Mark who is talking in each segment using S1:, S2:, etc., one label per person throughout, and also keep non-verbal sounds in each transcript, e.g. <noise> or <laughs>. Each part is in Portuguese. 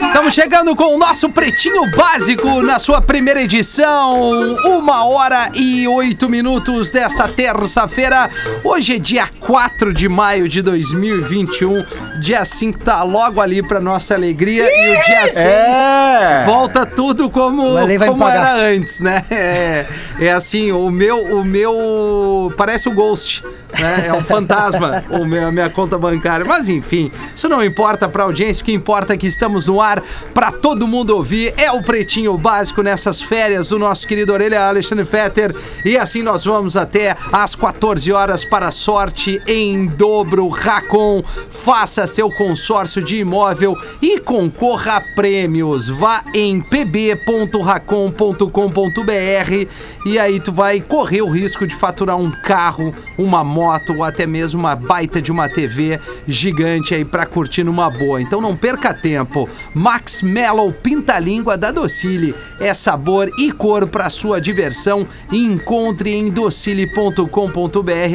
S1: Estamos chegando com o nosso Pretinho Básico na sua primeira edição, uma hora e oito minutos desta terça-feira. Hoje é dia 4 de maio de 2021. Dia 5 tá logo ali pra nossa alegria e o dia 6
S2: É.
S1: volta tudo como,
S3: Lele vai me
S1: como
S3: pagar.
S1: era antes, né? É, é assim, o meu, o meu parece o Ghost, né? É um fantasma, o meu, a minha conta bancária. Mas enfim, isso não importa pra audiência, o que importa é que estamos no ar pra todo mundo ouvir. É o Pretinho Básico nessas férias do nosso querido Orelha Alexandre Fetter. E assim nós vamos até às 14 horas para a sorte em dobro Racon. Faça seu consórcio de imóvel e concorra a prêmios. Vá em pb.racon.com.br e aí tu vai correr o risco de faturar um carro, uma moto ou até mesmo uma baita de uma TV gigante aí pra curtir numa boa. Então não perca tempo. Max Mellow Pinta Língua da Docile. É sabor e cor pra sua diversão. Encontre em docile.com.br.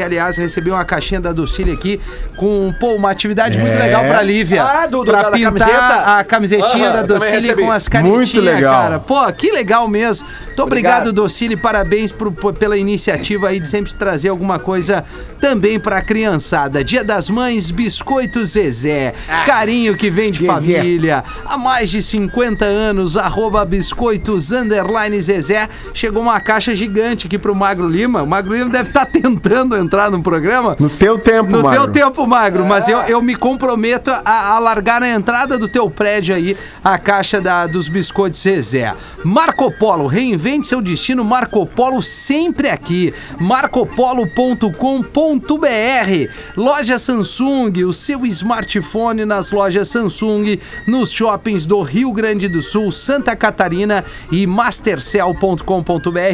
S1: Aliás, recebi uma caixinha da Docile aqui com pô, uma atividade muito
S2: É.
S1: legal pra Lívia.
S4: Ah, do- do-
S1: pra
S4: da
S1: pintar
S4: camiseta?
S1: a camisetinha
S4: Aham,
S1: da
S4: eu também
S1: Docile
S4: recebi.
S1: com as canetinhas,
S2: Muito legal.
S1: cara. Pô, que legal mesmo. Muito obrigado,
S4: Obrigado.
S1: Docile. Parabéns pro- pô- pela iniciativa aí de sempre trazer alguma coisa também pra criançada. Dia das Mães, Biscoito Zezé.
S4: Ah.
S1: Carinho que vem de
S2: Zezé.
S1: família. Há mais de 50 anos, arroba biscoitos underline Zezé. Chegou uma caixa gigante aqui pro Magro Lima. O Magro Lima deve estar tentando entrar no programa.
S2: No teu tempo,
S1: No
S2: Magro.
S1: teu tempo, Magro, mas eu, eu me comprometo a, a largar na entrada do teu prédio aí a caixa da, dos biscoitos Zezé. Marco Polo, reinvente seu destino, Marco Polo sempre aqui. marcopolo.com.br Loja Samsung, o seu smartphone nas lojas Samsung, nos shoppings do Rio Grande do Sul, Santa Catarina e mastercell.com.br,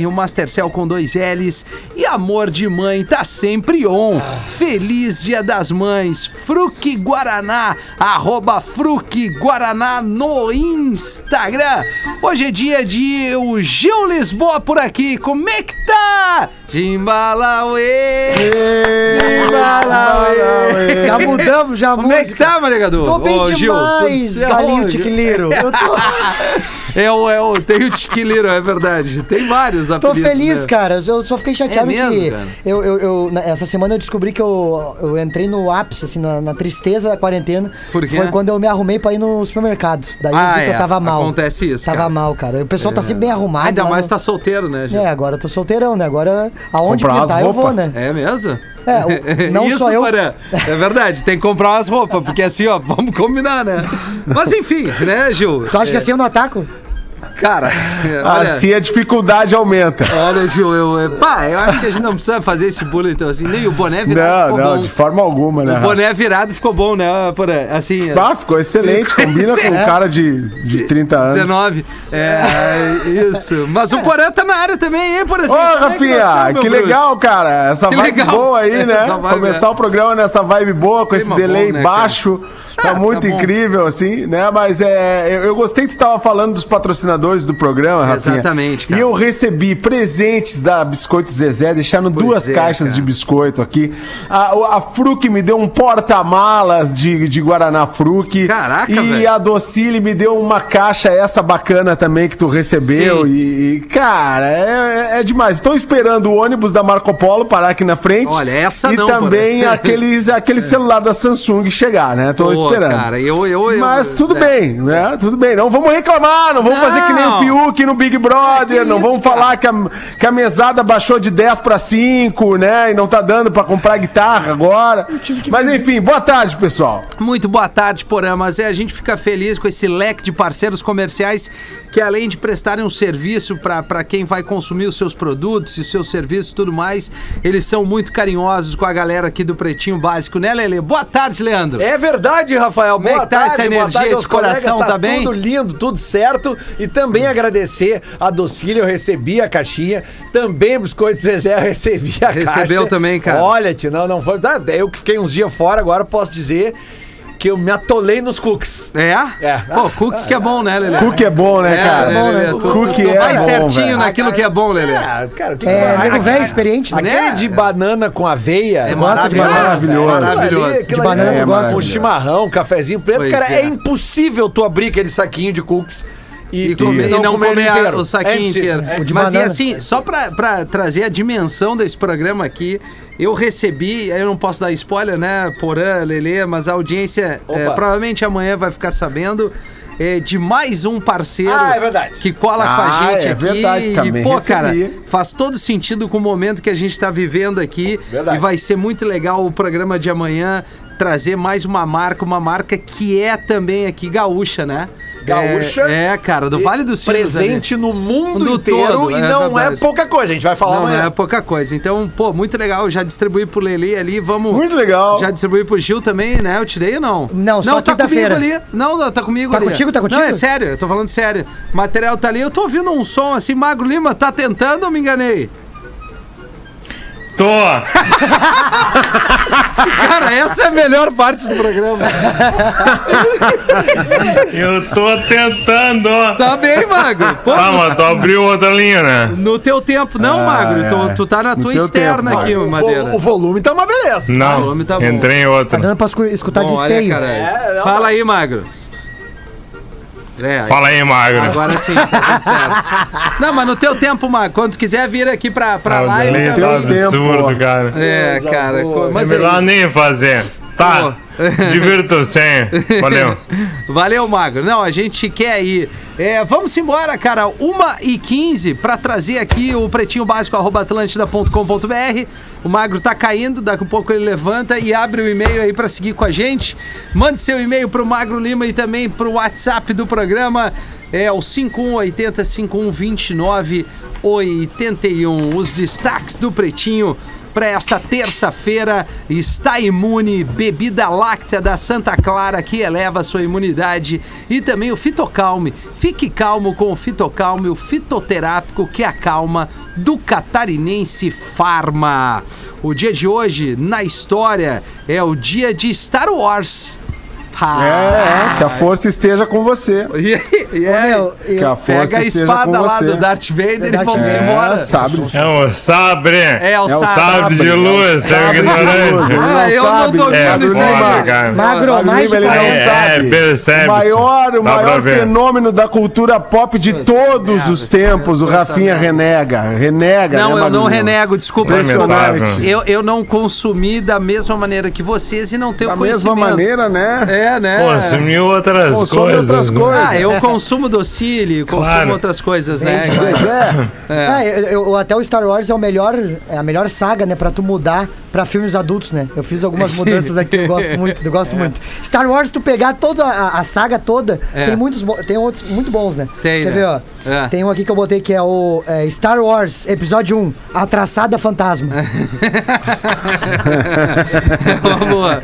S1: o Mastercell com dois L's e amor de mãe tá sempre on. Feliz Dia das Mães, Fruque Guaraná, arroba Fruque Guaraná no Instagram. Hoje é dia de o Gil Lisboa por aqui, como é que tá? Jimbalauê!
S2: Ibalauê.
S1: <laughs>
S3: Já mudamos, já
S1: Como é que
S3: música.
S1: tá, Manegador?
S3: Tô bem demais, galinho tiquiliro. Eu tô,
S1: É o, é o, tem o Tiquiliro, é verdade. Tem vários
S3: tô
S1: apelidos.
S3: feliz,
S1: né?
S3: cara. Eu só fiquei chateado
S1: É mesmo,
S3: que
S1: cara?
S3: eu, eu- eu- na- essa semana eu descobri que eu, eu entrei no ápice, assim, na, na tristeza da quarentena.
S1: Por quê?
S3: Foi quando eu me arrumei pra ir no supermercado. Daí
S1: Ah,
S3: eu vi que
S1: é.
S3: eu tava mal.
S1: Acontece isso,
S3: Tava
S1: cara. É.
S3: mal, cara. O pessoal tá sempre bem arrumado.
S1: Ainda
S3: lá
S1: mais
S3: no-
S1: tá solteiro, né, gente?
S3: É, agora eu tô solteirão, né? Agora aonde
S2: Comprar umas
S3: pintar eu vou, né?
S2: roupas.
S1: É mesmo? <laughs>
S3: É, o- não
S1: Isso,
S3: só eu.
S1: Porã. É verdade, tem que comprar umas roupas, porque assim, ó, vamos combinar, né? Mas enfim, né, Gil?
S3: Tu acha Ah, que assim eu não ataco?
S1: Cara, é, olha,
S2: Assim a dificuldade aumenta.
S1: olha, Gil, eu, é, pá, eu acho que a gente não precisa fazer esse bullying, então, assim, nem o boné virado
S2: Não,
S1: ficou
S2: não, de
S1: bom.
S2: forma alguma, né?
S1: O boné virado ficou bom, né, Porã? Assim, é,
S2: Ah, ficou excelente, combina com um cara de, de 30 anos.
S1: 19. É, isso. Mas o Porã tá na área também, hein, Porã? é
S2: Ô,
S1: tá,
S2: Rafinha, que legal, cara. Essa
S1: Que
S2: vibe
S1: legal.
S2: boa
S1: <laughs>
S2: aí, né?
S1: Essa vibe,
S2: Começar
S1: é.
S2: o programa nessa vibe boa, com esse
S1: Clima
S2: delay
S1: bom, né, <laughs>
S2: baixo.
S1: Ah,
S2: Tá
S1: tá
S2: muito
S1: bom.
S2: incrível, assim, né? Mas é, eu, eu gostei que tu tava falando dos patrocinadores do programa, Rafinha.
S1: Exatamente, cara.
S2: E eu recebi presentes da Biscoito Zezé, deixaram
S1: Pois
S2: duas
S1: é,
S2: caixas
S1: cara.
S2: de biscoito aqui. A, o- a Fruc me deu um porta-malas de, de Guaraná Fruc.
S1: Caraca,
S2: E
S1: velho.
S2: a Docile me deu uma caixa essa bacana também que tu recebeu.
S1: Sim.
S2: E, e, cara, é, é demais. Estou esperando o ônibus da Marco Polo parar aqui na frente.
S1: Olha, essa
S2: E
S1: não, <laughs>
S2: também
S1: porra.
S2: aqueles, aquele celular da Samsung chegar, né? Tô
S1: Pô,
S2: esperando.
S1: cara, eu- eu- eu-
S2: Mas tudo
S1: é.
S2: bem, né? Tudo bem. Não vamos reclamar, não vamos
S1: Não.
S2: fazer que nem o Fiuk no Big Brother,
S1: Ah, que
S2: não
S1: isso,
S2: vamos falar que a, que a mesada baixou de 10 para 5, né? E não tá dando para comprar guitarra agora. Mas enfim, boa tarde, pessoal.
S1: Muito boa tarde, Porã. Mas é, a gente fica feliz com esse leque de parceiros comerciais que, além de prestarem um serviço para quem vai consumir os seus produtos e os seus serviços e tudo mais, eles são muito carinhosos com a galera aqui do Pretinho Básico, né, Lele? Boa tarde, Leandro.
S4: É verdade, Rafael.
S1: Como é
S4: Boa
S1: que tá
S4: tarde,
S1: essa
S4: boa
S1: energia,
S4: tarde aos
S1: esse coração,
S4: colegas.
S1: tá bem?
S4: Tudo lindo, tudo certo. E também agradecer a Docília, eu recebi a caixinha. Também Biscoito Zezé, eu recebi a
S1: Recebeu
S4: caixa.
S1: também, cara.
S4: Olha, Ti, não, não foi. Ah, eu que fiquei uns dias fora, agora posso dizer que eu me atolei nos cookies.
S1: É?
S4: É.
S1: Pô, cookies que é bom, né, Lelê?
S2: Cookie é bom, né, cara?
S3: bom, né?
S1: Lelê, tu- tu-
S2: Cookie
S1: tu
S2: é
S1: vai
S2: bom,
S1: certinho
S2: velho.
S1: naquilo que é bom, Lelê.
S4: Ah, cara, o que
S3: É,
S4: que-
S3: nego
S4: Ah,
S3: velho experiente, né?
S1: Né?
S4: Aquele de banana com aveia.
S1: É
S3: gosto de
S1: maravilhoso.
S2: maravilhoso.
S1: Maravilhoso.
S4: Aquilo
S3: De banana
S4: ali
S3: tu
S4: é
S3: gosta.
S4: maravilhoso. Um chimarrão, um cafezinho preto.
S1: Pois
S4: cara, é.
S1: é
S4: impossível tu abrir aquele saquinho de cookies
S1: E, comer- e não comer a- o
S4: É
S1: saquinho
S4: tipo,
S1: inteiro.
S3: O de
S1: Mas e
S3: banana.
S1: assim, só pra, pra trazer a dimensão desse programa aqui, eu recebi, eu não posso dar spoiler, né, Porã, Lelê, mas a audiência eh,
S4: Opa.
S1: provavelmente amanhã vai ficar sabendo. eh, de mais um parceiro
S4: Ah, é verdade.
S1: que cola com a
S2: Ah,
S1: gente
S2: é
S1: aqui.
S2: verdade,
S1: e,
S2: também
S1: pô,
S2: recebi.
S1: cara, faz todo sentido com o momento que a gente está vivendo aqui.
S4: Verdade.
S1: E vai ser muito legal o programa de amanhã trazer mais uma marca, uma marca que é também aqui gaúcha, né?
S4: Gaúcha.
S1: É, é, cara, do Vale do Sinos.
S4: Presente no mundo
S1: Do
S4: inteiro
S1: todo,
S4: e
S1: é
S4: não é,
S1: verdade.
S4: pouca coisa. A gente vai falar
S1: Não, não
S4: amanhã.
S1: é pouca coisa. Então, pô, muito legal. Já distribuí pro Lele ali, vamos.
S2: Muito legal.
S1: Já distribuí pro Gil também, né? Eu te dei ou não?
S3: Não, só
S1: Não, tá comigo
S3: quinta-feira.
S1: ali. Não, não, tá comigo
S3: Tá
S1: ali.
S3: contigo, tá contigo?
S1: Não, é sério, eu tô falando sério. O material tá ali. Eu tô ouvindo um som assim, Magro Lima, tá tentando ou me enganei?
S5: Tô!
S1: <laughs> Cara, essa é a melhor parte do programa.
S5: Eu tô tentando!
S1: Tá bem, Magro. Pô,
S5: Ah, mas tu abriu outra linha, né?
S1: no teu tempo. Não, Magro, tu, tu tá na tua
S2: teu
S1: externa
S2: tempo,
S1: aqui,
S4: O vo-
S1: Madeira.
S4: O volume tá uma
S5: um-
S4: beleza.
S1: Ah, o homem
S5: Não,
S1: tá bom.
S5: entrei em
S3: Tá
S5: outra.
S3: dando pra escu- escutar
S1: Bom,
S3: de
S1: olha,
S3: esteio.
S1: cara.
S4: É, não,
S1: Fala aí, Magro. É, aí-
S5: Fala aí, Magro.
S1: Agora sim, tá tudo certo. Não, mas no teu tempo, Magro, quando tu quiser vir aqui pra, pra
S5: Ah, o
S1: live.
S5: delay
S1: também.
S5: tá
S2: também.
S5: absurdo,
S2: um Tempo, ó.
S5: cara.
S1: É, cara. co-
S5: É
S1: Mas é
S5: melhor
S1: isso.
S5: nem fazer. Tá,
S1: Pô.
S5: divirto-se, hein?
S2: <laughs>
S5: Valeu.
S1: <laughs> Valeu, Magro. Não, a gente quer ir. É, vamos embora, cara. 1 e 15 pra trazer aqui o pretinho básico arroba atlântida.com.br. O Magro tá caindo, daqui a pouco ele levanta e abre o e-mail aí pra seguir com a gente. Mande seu e-mail pro Magro Lima e também pro WhatsApp do programa. É o 5180 5129 81. Os destaques do pretinho para esta terça-feira. Está imune, bebida láctea da Santa Clara que eleva a sua imunidade e também o Fitocalme. Fique calmo com o Fitocalme, o fitoterápico que acalma do Catarinense Farma. O dia de hoje na história é o dia de Star Wars.
S2: É, é, que a força esteja com você.
S1: E aí, e
S3: Ô,
S1: aí?
S3: meu, eu-
S2: É. Que a força
S1: Pega a
S2: esteja
S1: espada
S2: com
S1: lá
S2: você.
S1: do Darth Vader e
S3: Darth
S1: vamos
S3: Vader.
S1: embora.
S2: É, sabe? disso.
S5: É o sabre.
S1: É o
S2: É o
S1: sábado.
S5: Sabre de luz, seu
S2: Sabe de luz, ele
S5: ignorante.
S2: não
S1: É, eu não
S2: sabe,
S1: domino
S2: Magro
S1: isso aí.
S2: Lima.
S5: cara.
S3: Magro,
S2: Magro
S3: mais de
S2: Lima, ele não
S3: 40.
S5: É,
S2: sabe.
S5: percebe-se.
S2: O maior, o
S5: Dá pra
S2: maior
S5: ver.
S2: fenômeno da cultura pop de todos
S1: merda,
S2: os tempos. O
S1: começou essa
S2: Rafinha
S1: merda.
S2: renega. Renega,
S1: Não,
S2: né,
S1: eu não
S2: Magro Lima?
S1: renego,
S5: é
S1: desculpa.
S2: Impressionante.
S5: Lamentável.
S1: Eu, eu não consumi da mesma maneira que vocês e não tenho
S2: Da mesma
S1: conhecimento.
S2: maneira, né?
S1: É, né?
S5: Consumiu outras
S2: Consome
S5: coisas.
S2: outras
S5: né?
S2: coisas.
S1: Ah, eu consumo docile, consumo
S5: Claro.
S1: outras coisas, né?
S2: Pois é.
S3: Ah, eu- eu- até o Star Wars é, o melhor, é a melhor saga, né? Pra tu mudar pra filmes adultos, né? Eu fiz
S1: <laughs>
S3: algumas mudanças aqui, eu gosto muito, eu gosto muito. Star Wars, tu pegar toda a, a saga toda,
S1: É.
S3: tem muitos bo- tem outros muito bons, né?
S1: Tem,
S3: Quer
S1: né?
S3: ver, ó?
S1: É.
S3: Tem um aqui que eu botei que é o é, Star Wars, episódio 1, A Traçada Fantasma.
S1: <laughs> É uma boa.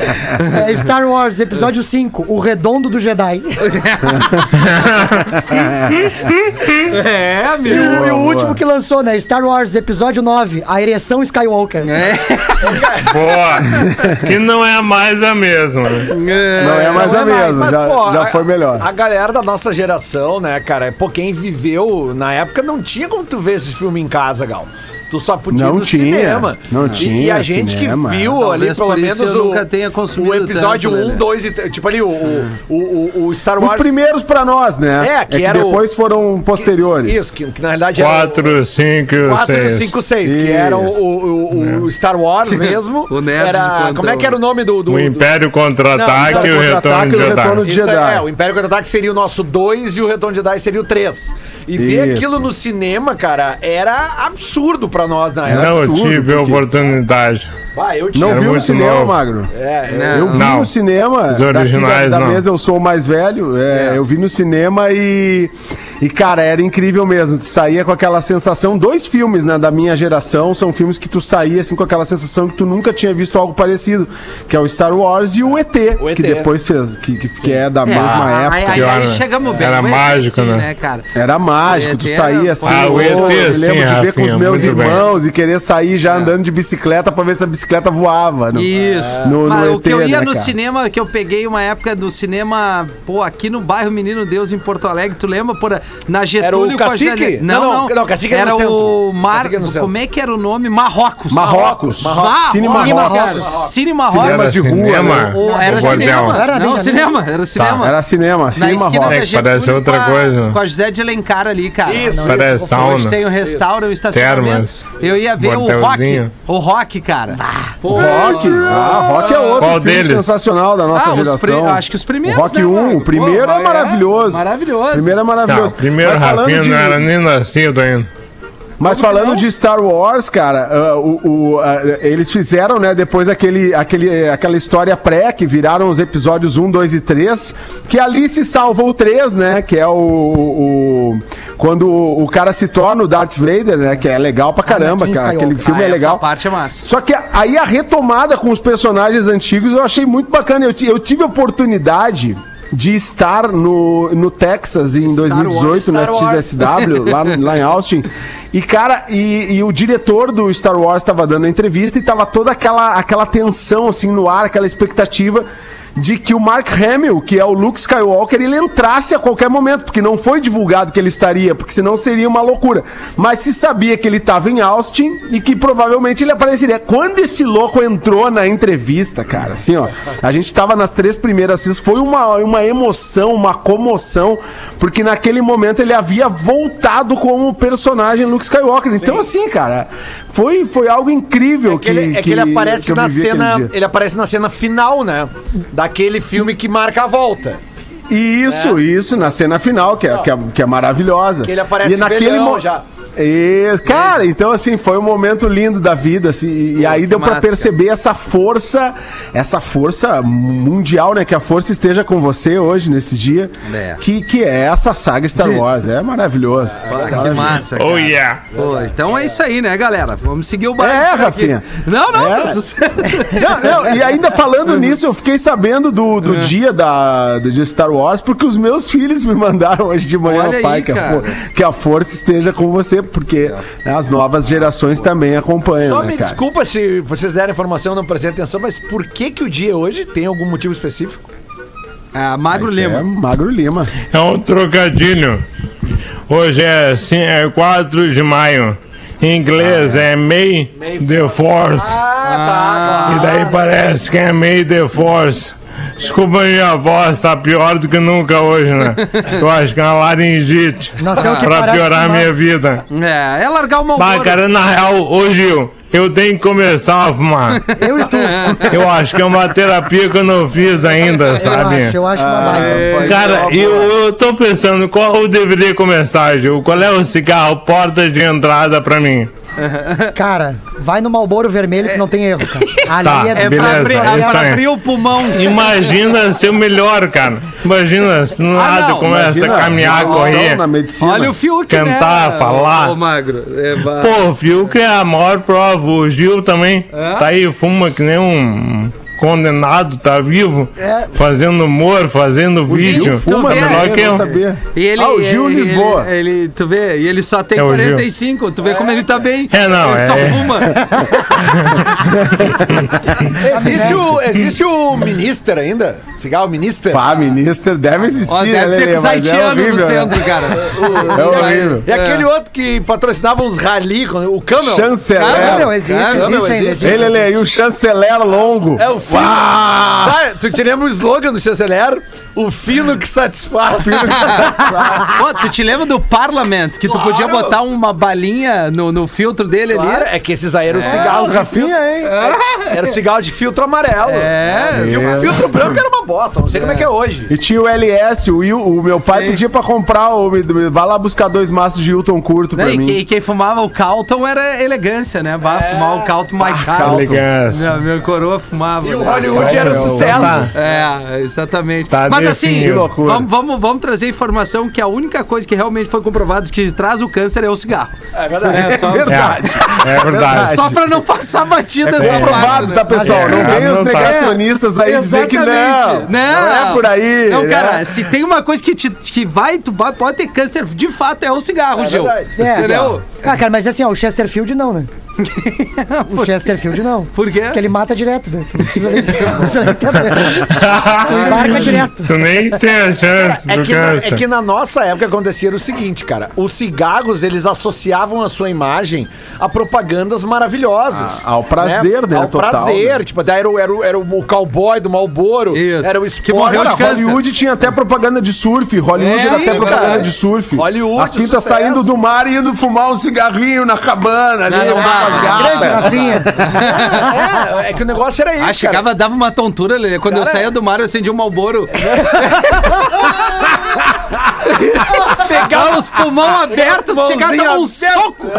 S3: É, Star Wars, episódio 5, O Redondo do Jedi.
S1: É,
S3: <laughs> E
S1: amigo.
S3: o, e o último que lançou, né? Star Wars, episódio 9, A Ereção Skywalker.
S1: É,
S5: Boa. Que não é mais a
S2: <laughs>
S5: mesma. né?
S2: Não é mais
S4: Não
S2: a
S4: é mais,
S2: mesma.
S4: mas,
S2: já,
S4: pô,
S2: já
S4: a-
S2: foi melhor.
S4: A galera da nossa geração, né, cara? Pô, quem viveu na época não tinha como tu ver esse filme em casa, Gal. Tu só podia ir
S2: Não
S4: no
S2: tinha,
S4: cinema.
S2: não
S4: E- E
S2: tinha
S4: a gente
S2: cinema.
S4: que viu ali,
S1: Talvez
S4: pelo
S1: por
S4: menos,
S1: isso eu nunca tenha consumido
S4: o episódio
S1: tanto, né? É.
S4: 1,
S1: Lelé.
S4: 2 e 3. Tipo ali, o, o, o, o- o Star
S2: Os
S4: Wars.
S2: primeiros pra nós, né?
S4: É, que era o-
S2: depois foram posteriores.
S4: Isso, que, que na realidade era.
S5: 4, 5 e
S4: 4,
S5: 6.
S4: 5, 6, que era o, o- o- o Star Wars
S1: <laughs>
S4: mesmo.
S1: O nerd de
S4: era,
S1: plantão, né?
S4: como é que era o nome do. do,
S5: O
S4: do-
S5: Império
S4: Não,
S5: Contra-Ataque
S4: o
S5: e o
S2: Império Contra-Ataque
S5: Retorno de
S2: e o
S5: Jedi.
S2: Retorno de-
S4: Isso
S2: Jedi.
S4: é, é, o Império Contra-Ataque seria o nosso 2 e o Retorno de Jedi seria o 3. E ver
S2: Isso.
S4: aquilo no cinema, cara, era absurdo pra nós na época.
S5: Não
S2: absurdo,
S5: tive a
S2: porque-
S5: oportunidade.
S4: Vai, eu
S2: Não Então
S5: Era
S2: viu o
S5: muito
S2: cinema,
S5: novo.
S2: Magro?
S4: É,
S1: Não.
S4: é.
S2: Eu vi
S5: Não.
S2: no cinema.
S5: Os
S2: daqui
S5: originais,
S2: da, da
S5: não.
S1: É.
S2: mesa eu sou o mais velho. é, Eu vi no cinema e. E, cara, era incrível mesmo. Tu saía com aquela sensação. Dois filmes, né, da minha geração, são filmes que tu saía assim com aquela sensação que tu nunca tinha visto algo parecido. Que é o Star Wars e o ET,
S4: O ET.
S2: que depois fez. Que, que, que <laughs> é da mesma
S1: a-
S2: época.
S1: Aí, aí,
S5: Pior,
S1: aí
S5: né?
S1: chegamos bem.
S5: Era
S1: Mas é
S5: mágico, né?
S1: cara?
S2: Era mágico,
S1: O
S2: tu
S1: ET
S2: saía
S1: era-
S2: assim,
S5: Ah, o ET,
S2: eu me
S5: sim,
S2: lembro de ver com os
S5: Rafinha,
S2: meus
S5: muito bem.
S2: irmãos e querer sair
S1: É.
S2: já andando de bicicleta pra ver se a bicicleta voava. no-
S1: Isso.
S2: No- no
S1: Mas o
S2: ET,
S1: que eu ia
S2: né,
S1: no
S2: cara?
S1: cinema, que eu peguei uma época do cinema, pô, aqui no bairro Menino Deus, em Porto Alegre, tu lembra? Por, na Getúlio
S4: Era o Cacique?
S1: Jane-
S4: Não,
S1: Não,
S4: não,
S1: não.
S4: não, Cacique era
S1: era
S4: no
S1: o
S4: centro.
S1: Mar...
S4: Cacique era no centro.
S1: Como é que era o nome? Marrocos.
S2: Marrocos.
S1: Ah,
S2: Cine Marrocos.
S1: cara. Cine Marrocos.
S5: Era
S2: de rua, né?
S5: cinema?
S1: Ou- era
S5: O bordel.
S1: cinema.
S3: Era bem
S1: não,
S3: ali.
S1: cinema. Era cinema.
S2: Tá, Era cinema,
S1: Na
S2: cinema
S1: esquina
S2: rock.
S1: da
S5: É, que parece
S1: Getúlio
S5: outra
S1: com a-
S5: coisa.
S1: Com a José de Alencar ali, cara.
S4: Isso.
S5: Parece
S1: Hoje tem
S5: sauna.
S1: o restauro, o estacionamento.
S5: Termas.
S1: Eu ia ver o rock.
S5: Bordelzinho.
S1: O rock, cara. Pô,
S2: Rock? Ah, Rock é outro
S5: Qual
S2: filme
S5: deles?
S2: sensacional da nossa
S1: Ah, os
S2: geração.
S1: pri- acho que os primeiros,
S2: O Rock
S1: né,
S2: 1,
S1: Marco?
S2: o primeiro
S1: Pô,
S2: é maravilhoso.
S1: maravilhoso.
S2: O primeiro é
S5: Não,
S2: maravilhoso.
S5: Tá, primeiro
S2: mas falando,
S5: Rafinha
S2: de,
S5: não era nem nascido ainda.
S2: mas falando de Star Wars, cara, ah, o, o- ah, eles fizeram, né, depois aquele, aquele, aquela história pré, que viraram os episódios 1, 2 e 3, que ali se salva o 3, né, que é o... o- quando o o cara se torna o Darth Vader, né, que é legal pra caramba,
S3: Anakin
S2: cara. Aquele
S3: Skywalker.
S2: filme
S1: ah,
S2: é
S1: Essa
S2: legal.
S1: parte é massa.
S2: Só que aí a retomada com os personagens antigos eu achei muito bacana. Eu, ti- eu tive a oportunidade de estar no, no Texas em 2018,
S1: Wars, Star
S2: na
S1: Wars.
S2: XSW, lá, no- lá em Austin. E, cara, e, e o diretor do Star Wars estava dando a entrevista e tava toda aquela, aquela tensão, assim, no ar, aquela expectativa de que o Mark Hamill, que é o Luke Skywalker, ele entrasse a qualquer momento, porque não foi divulgado que ele estaria, porque senão seria uma loucura. Mas se sabia que ele estava em Austin e que provavelmente ele apareceria. Quando esse louco entrou na entrevista, cara, assim, ó, a gente tava nas três primeiras filas, foi uma, uma emoção, uma comoção, porque naquele momento ele havia voltado como personagem Luke Skywalker. Então, assim, cara, foi, foi algo incrível
S4: É que ele, é que ele aparece
S2: que eu
S4: na
S2: vivi aquele
S4: cena.
S2: dia.
S4: Ele aparece na cena final, né? Daquele filme que marca a volta.
S2: Isso, isso, na cena final, que é, que é, que é maravilhosa.
S4: Né? Que ele aparece
S2: e naquele
S4: velhão
S2: mo-
S4: já. Né?
S2: Isso, cara, então assim, foi um momento lindo da vida, assim, e, e aí deu pra
S1: massa,
S2: perceber essa força, essa força mundial, né, que a força esteja com você hoje, nesse dia,
S1: É.
S2: que, que é essa saga Star Wars, é maravilhoso.
S1: Ah, que massa, cara.
S5: Oh yeah!
S1: Pô, então é isso aí, né, galera? Vamos seguir o barco.
S2: É,
S1: por aqui.
S2: Rafinha.
S1: Não, não,
S2: É.
S1: tá tudo certo.
S2: <laughs> Não, não, é. e
S1: <laughs>
S2: ainda falando nisso, eu fiquei sabendo do,
S1: Uhum.
S2: do dia da, do dia Star Wars, porque os meus filhos me mandaram hoje de manhã,
S1: Olha
S2: pai,
S1: aí,
S2: que, a
S1: cara.
S2: for- que a força esteja com você, porque né, as novas gerações também acompanham,
S4: Só
S2: né,
S4: me
S2: cara?
S4: desculpa se vocês deram informação, não prestei atenção, mas por que que o dia hoje tem algum motivo específico?
S1: Ah, Magro
S2: Isso É
S1: Lima.
S2: Magro Lima.
S5: É um trocadilho. Hoje é, cin- é 4 de maio. Em inglês é May, the Force.
S4: Ah,
S5: E daí parece que é May the Force. Desculpa aí, a voz tá pior do que nunca hoje, <laughs> né? Eu acho que é uma laringite.
S1: <laughs>
S3: Nós temos que parar
S5: pra
S3: de
S5: piorar a
S3: fumar.
S5: minha vida.
S1: É, é largar o mão.
S5: Bah, cara, na real, ô Gil, eu tenho que começar a fumar.
S1: <laughs>
S3: Eu e tu.
S5: Eu acho que é uma terapia que eu não fiz ainda,
S3: Eu
S5: sabe?
S3: acho, eu acho uma
S5: Ah, é.
S3: baita.
S5: Cara, eu, eu tô pensando qual eu deveria começar, Gil. Qual é o cigarro porta de entrada pra mim?
S3: Cara, vai no Malboro Vermelho
S1: É.
S3: que não tem
S1: <laughs>
S3: erro, cara. Ali
S5: Tá,
S3: é
S5: beleza,
S1: Pra abrir,
S5: é isso
S1: pra
S5: aí.
S1: abrir o pulmão.
S5: Imagina ser o melhor, cara. Imagina, se do nada
S1: não,
S5: começa
S2: Imagina,
S5: a caminhar,
S2: na-
S5: correr.
S2: Na medicina.
S1: Olha o Fiuk, né?
S5: Cantar, falar.
S1: Ô, Magro. É, ba-
S5: Pô, o Fiuk é a maior prova. O Gil também
S1: É?
S5: tá aí, fuma que nem um condenado, tá vivo, fazendo humor, fazendo vídeo.
S1: Tu
S2: fuma,
S1: vê,
S5: é melhor
S2: né?
S5: que
S2: Não
S5: eu.
S2: sabia.
S1: E ele,
S2: ah, o Gil
S1: ele-
S2: Lisboa.
S1: Ele, ele- tu vê, e ele só tem
S5: É o Gil.
S1: 45, tu vê como ele tá bem.
S5: É, não,
S1: ele só
S5: é-
S1: fuma.
S4: Existe
S2: né?
S4: o, existe o minister ainda? Cigarro minister?
S2: Pá, ministro, deve existir,
S1: Ó,
S2: né,
S1: deve
S2: Lelê?
S1: ter com
S2: Mas é
S1: zaitiano no
S2: horrível, né?
S1: centro, cara.
S2: É horrível.
S4: E aquele outro que patrocinava uns rally, quando- o Camel.
S3: Ah,
S2: Chanceler.
S3: meu, existe,
S1: É,
S4: Ah,
S3: existe
S4: não,
S3: ainda.
S4: existe.
S3: existe.
S2: Ei, Lelê, e o chanceler longo.
S4: É o fino. Tá, tu te lembra o slogan do chanceler? O fino que satisfaz.
S1: Pô, tu te lembra do Parliament, que tu podia botar uma balinha no, no filtro dele
S4: Claro,
S1: ali?
S4: é que esses aí eram
S2: Ah,
S4: cigarros
S2: o
S4: de filtro.
S2: Rafinha, hein?
S4: Era cigarro de filtro amarelo.
S1: É,
S4: Filtro, filtro branco era uma bosta, não sei como é que é hoje.
S2: E tinha o LS, o, Wil- o meu pai pedia pra comprar, o, me- me- vai lá buscar dois maços de Hilton curto
S1: Não,
S2: pra
S1: e,
S2: mim.
S1: quem, e quem fumava o
S4: É.
S2: Ah,
S1: Calton era elegância, né? Bah, fumar o Calton mais caro.
S5: Elegância.
S1: Meu, meu coroa fumava. né?
S4: E o Hollywood era sucesso.
S1: É, exatamente.
S5: Tá
S1: Mas assim,
S5: definido. Que
S2: loucura.
S1: vamos, vamos, vamos trazer informação que a única coisa que realmente foi comprovada que traz o câncer é o cigarro.
S4: É verdade.
S1: É,
S2: <laughs>
S1: só,
S2: Verdade.
S5: É, é verdade.
S1: só pra não passar batida
S2: É
S1: essa
S2: comprovado,
S1: parte.
S2: tá,
S1: Né?
S2: pessoal?
S5: É,
S2: não vem os
S5: não tá.
S2: negacionistas aí dizer que não.
S1: Exatamente.
S2: Não é por aí.
S1: Não,
S2: né?
S1: cara, se tem uma coisa que, te, que vai, tu vai, pode ter câncer de fato, é o cigarro, Gil.
S4: verdade.
S3: É.
S1: Entendeu?
S3: Ah, cara, mas assim, ó, o Chesterfield
S1: <laughs>
S3: não, né? o Chesterfield não.
S1: Por quê?
S3: Porque ele mata direto, né? Tu não precisa nem, <laughs> não precisa nem tentar.
S1: <laughs>
S3: Ele marca direto.
S5: Tu nem tem a chance
S4: É
S5: do
S4: que, na, é
S5: câncer.
S4: que na nossa época acontecia o seguinte, cara. Os cigarros, eles associavam a sua imagem a propagandas maravilhosas.
S2: Ah, ao prazer, né,
S4: Ao
S2: total,
S4: prazer. Tipo, daí era, o- era, o- era o cowboy do Malboro.
S1: Isso.
S4: Era o
S1: Que
S4: esporte.
S1: morreu de
S2: Cara,
S1: câncer.
S2: Hollywood tinha até propaganda de surf, Hollywood
S4: É,
S2: era até
S4: sim,
S2: propaganda
S4: cara.
S2: de surf.
S4: Hollywood,
S2: As pintas
S4: sucesso.
S2: saindo do mar e indo fumar um cigarrinho na cabana ali,
S1: Não, não dá.
S2: né, com as gatas.
S3: Grande Rafinha.
S4: É, é que o negócio era isso,
S1: Ah,
S4: cara.
S1: chegava, dava uma tontura, Lelê. Quando eu saía do mar, eu acendia um
S2: <laughs>
S1: malboro. Pegava os pulmão abertos,
S4: Mãozinha
S1: chegava e dava um
S4: aberta.
S1: soco.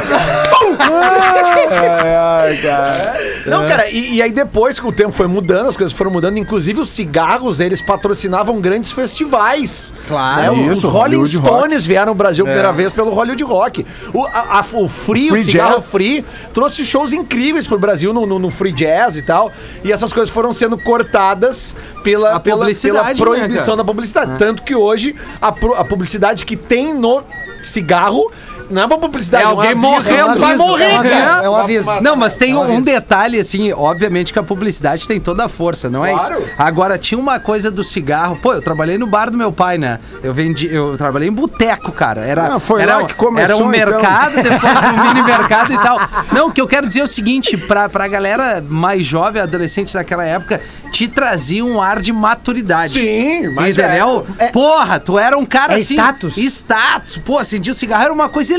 S4: Não,
S2: É.
S4: cara, e, e aí depois que o tempo foi mudando, as coisas foram mudando, inclusive os cigarros, eles patrocinavam grandes festivais.
S1: Claro. É.
S4: Né? Os
S2: Isso,
S4: Rolling
S2: Hollywood
S4: Stones vieram ao Brasil a primeira vez pelo Hollywood Rock. O, a- a- o Free, o
S2: Free
S4: cigarro
S2: jazz.
S4: Free, trouxe shows incríveis pro Brasil no, no- no Free Jazz e tal. E essas coisas foram sendo cortadas pela,
S1: A
S4: pela, pela
S1: publicidade, né,
S4: proibição
S1: cara?
S4: da publicidade. Tanto que hoje a, pro- a publicidade que tem no cigarro não é uma publicidade.
S1: É
S4: um
S1: alguém
S4: aviso,
S1: morrendo,
S4: um
S1: vai
S4: aviso,
S1: morrer,
S4: é um aviso.
S1: né?
S3: É um aviso.
S1: Não, mas tem um, um detalhe, assim, obviamente que a publicidade tem toda a força, não é
S4: Claro.
S1: isso? Agora, tinha uma coisa do cigarro. Pô, eu trabalhei no bar do meu pai, né? Eu vendi, eu trabalhei em boteco, cara. Era,
S2: Ah, foi
S1: era,
S2: lá que começou,
S1: era um
S2: então.
S1: mercado, depois um mini mercado e tal. Não, o que eu quero dizer é o seguinte, pra, pra galera mais jovem, adolescente daquela época, te trazia um ar de maturidade.
S4: Sim, mas
S1: Entendeu? Porra, tu era um cara
S3: É
S1: assim.
S3: status.
S1: Status. Pô, acendia o cigarro era uma coisa elegante.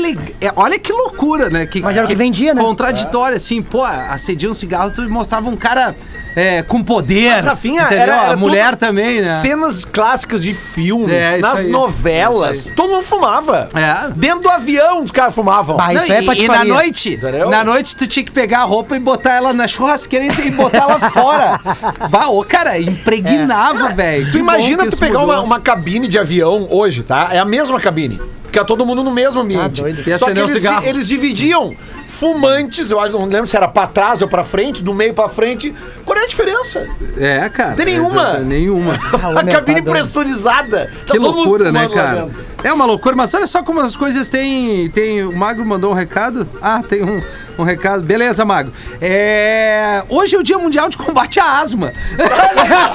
S1: Olha que loucura, né? Que,
S3: Mas era o que vendia, né?
S1: Contraditório, assim. Pô, acendia um cigarro, tu mostrava um cara é, com poder.
S4: Mas, Rafinha,
S1: entendeu?
S4: era- era
S1: A mulher
S4: tudo
S1: também, né?
S4: Cenas clássicas de filmes,
S1: É, isso
S4: nas
S1: aí.
S4: novelas,
S1: Isso aí.
S4: todo mundo fumava.
S1: É.
S4: Dentro do avião os caras fumavam.
S3: Bah, isso
S1: Não,
S3: é
S1: e- e,
S3: patifaria.
S1: na noite,
S4: Entendeu?
S1: na noite tu tinha que pegar a roupa e botar ela na churrasqueira e e botar ela fora.
S4: <laughs>
S1: Bah, ô, cara, impregnava, velho. Que
S4: É. Tu
S1: bom
S4: imagina
S1: que
S4: tu
S1: isso
S4: pegar
S1: mudou.
S4: uma, uma cabine de avião hoje, tá? É a mesma cabine. Fica todo mundo no mesmo ambiente.
S3: doido.
S1: Ah, E
S4: Só que
S1: acender o
S4: eles,
S1: cigarro.
S4: eles dividiam fumantes, eu acho, não lembro se era pra trás ou pra frente, do meio pra frente. Qual é a diferença?
S1: É, cara.
S4: Tem nenhuma.
S1: exata- Nenhuma. né?
S3: Ah, o
S4: <laughs> a
S3: homem
S4: cabine
S3: tá doido.
S4: pressurizada. Tá
S1: Que
S4: todo mundo
S1: loucura, né,
S4: fumando lá
S1: cara?
S4: dentro.
S1: É uma loucura, mas olha só como as coisas têm. Tem, o Magro mandou um recado. Ah, tem um, um recado. Beleza, Magro. É, hoje é o Dia Mundial de Combate à Asma.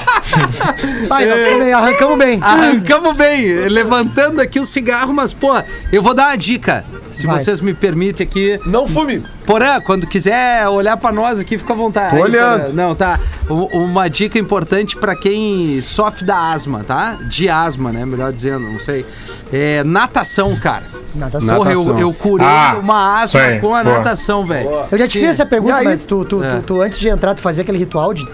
S3: Ai, nós fomos Ah, então bem, arrancamos bem.
S1: <laughs> Ah, Arrancamos bem, levantando aqui o cigarro, mas, pô, eu vou dar uma dica. Se
S3: Vai.
S1: vocês me permitem aqui.
S4: Não fume.
S1: Porã, quando quiser olhar pra nós aqui, fica à vontade.
S2: Tô
S1: Aí,
S2: olhando.
S1: Porã. Não, tá. U- Uma dica importante pra quem sofre da asma, tá? De asma, né? Melhor dizendo, não sei. É natação, cara.
S3: Nada
S2: Nada.
S3: só.
S1: Porra, eu,
S2: Natação.
S1: eu curei
S5: Ah,
S1: uma asma
S5: sei.
S1: com a
S5: Boa.
S1: natação, velho.
S3: Eu já te fiz essa pergunta,
S2: E aí?
S3: mas tu, tu,
S1: É.
S3: tu, tu, antes de entrar, tu fazia aquele ritual de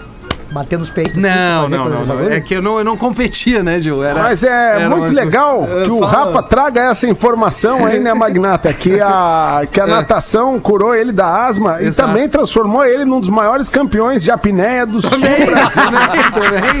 S3: bater nos peitos.
S1: Não,
S3: assim, fazer
S1: não,
S3: todo
S1: não,
S3: o
S1: não.
S3: bagulho?
S1: É que eu não, eu não competia, né, Gil? Era,
S2: Mas é
S1: era
S2: muito
S1: uma-
S2: legal que o Rafa traga essa informação aí, né, Magnata?
S1: <laughs>
S2: Que a, que a natação curou ele da asma
S1: É. Exato.
S2: e também transformou ele num dos maiores campeões de apneia do sul.
S1: Também, <laughs> também,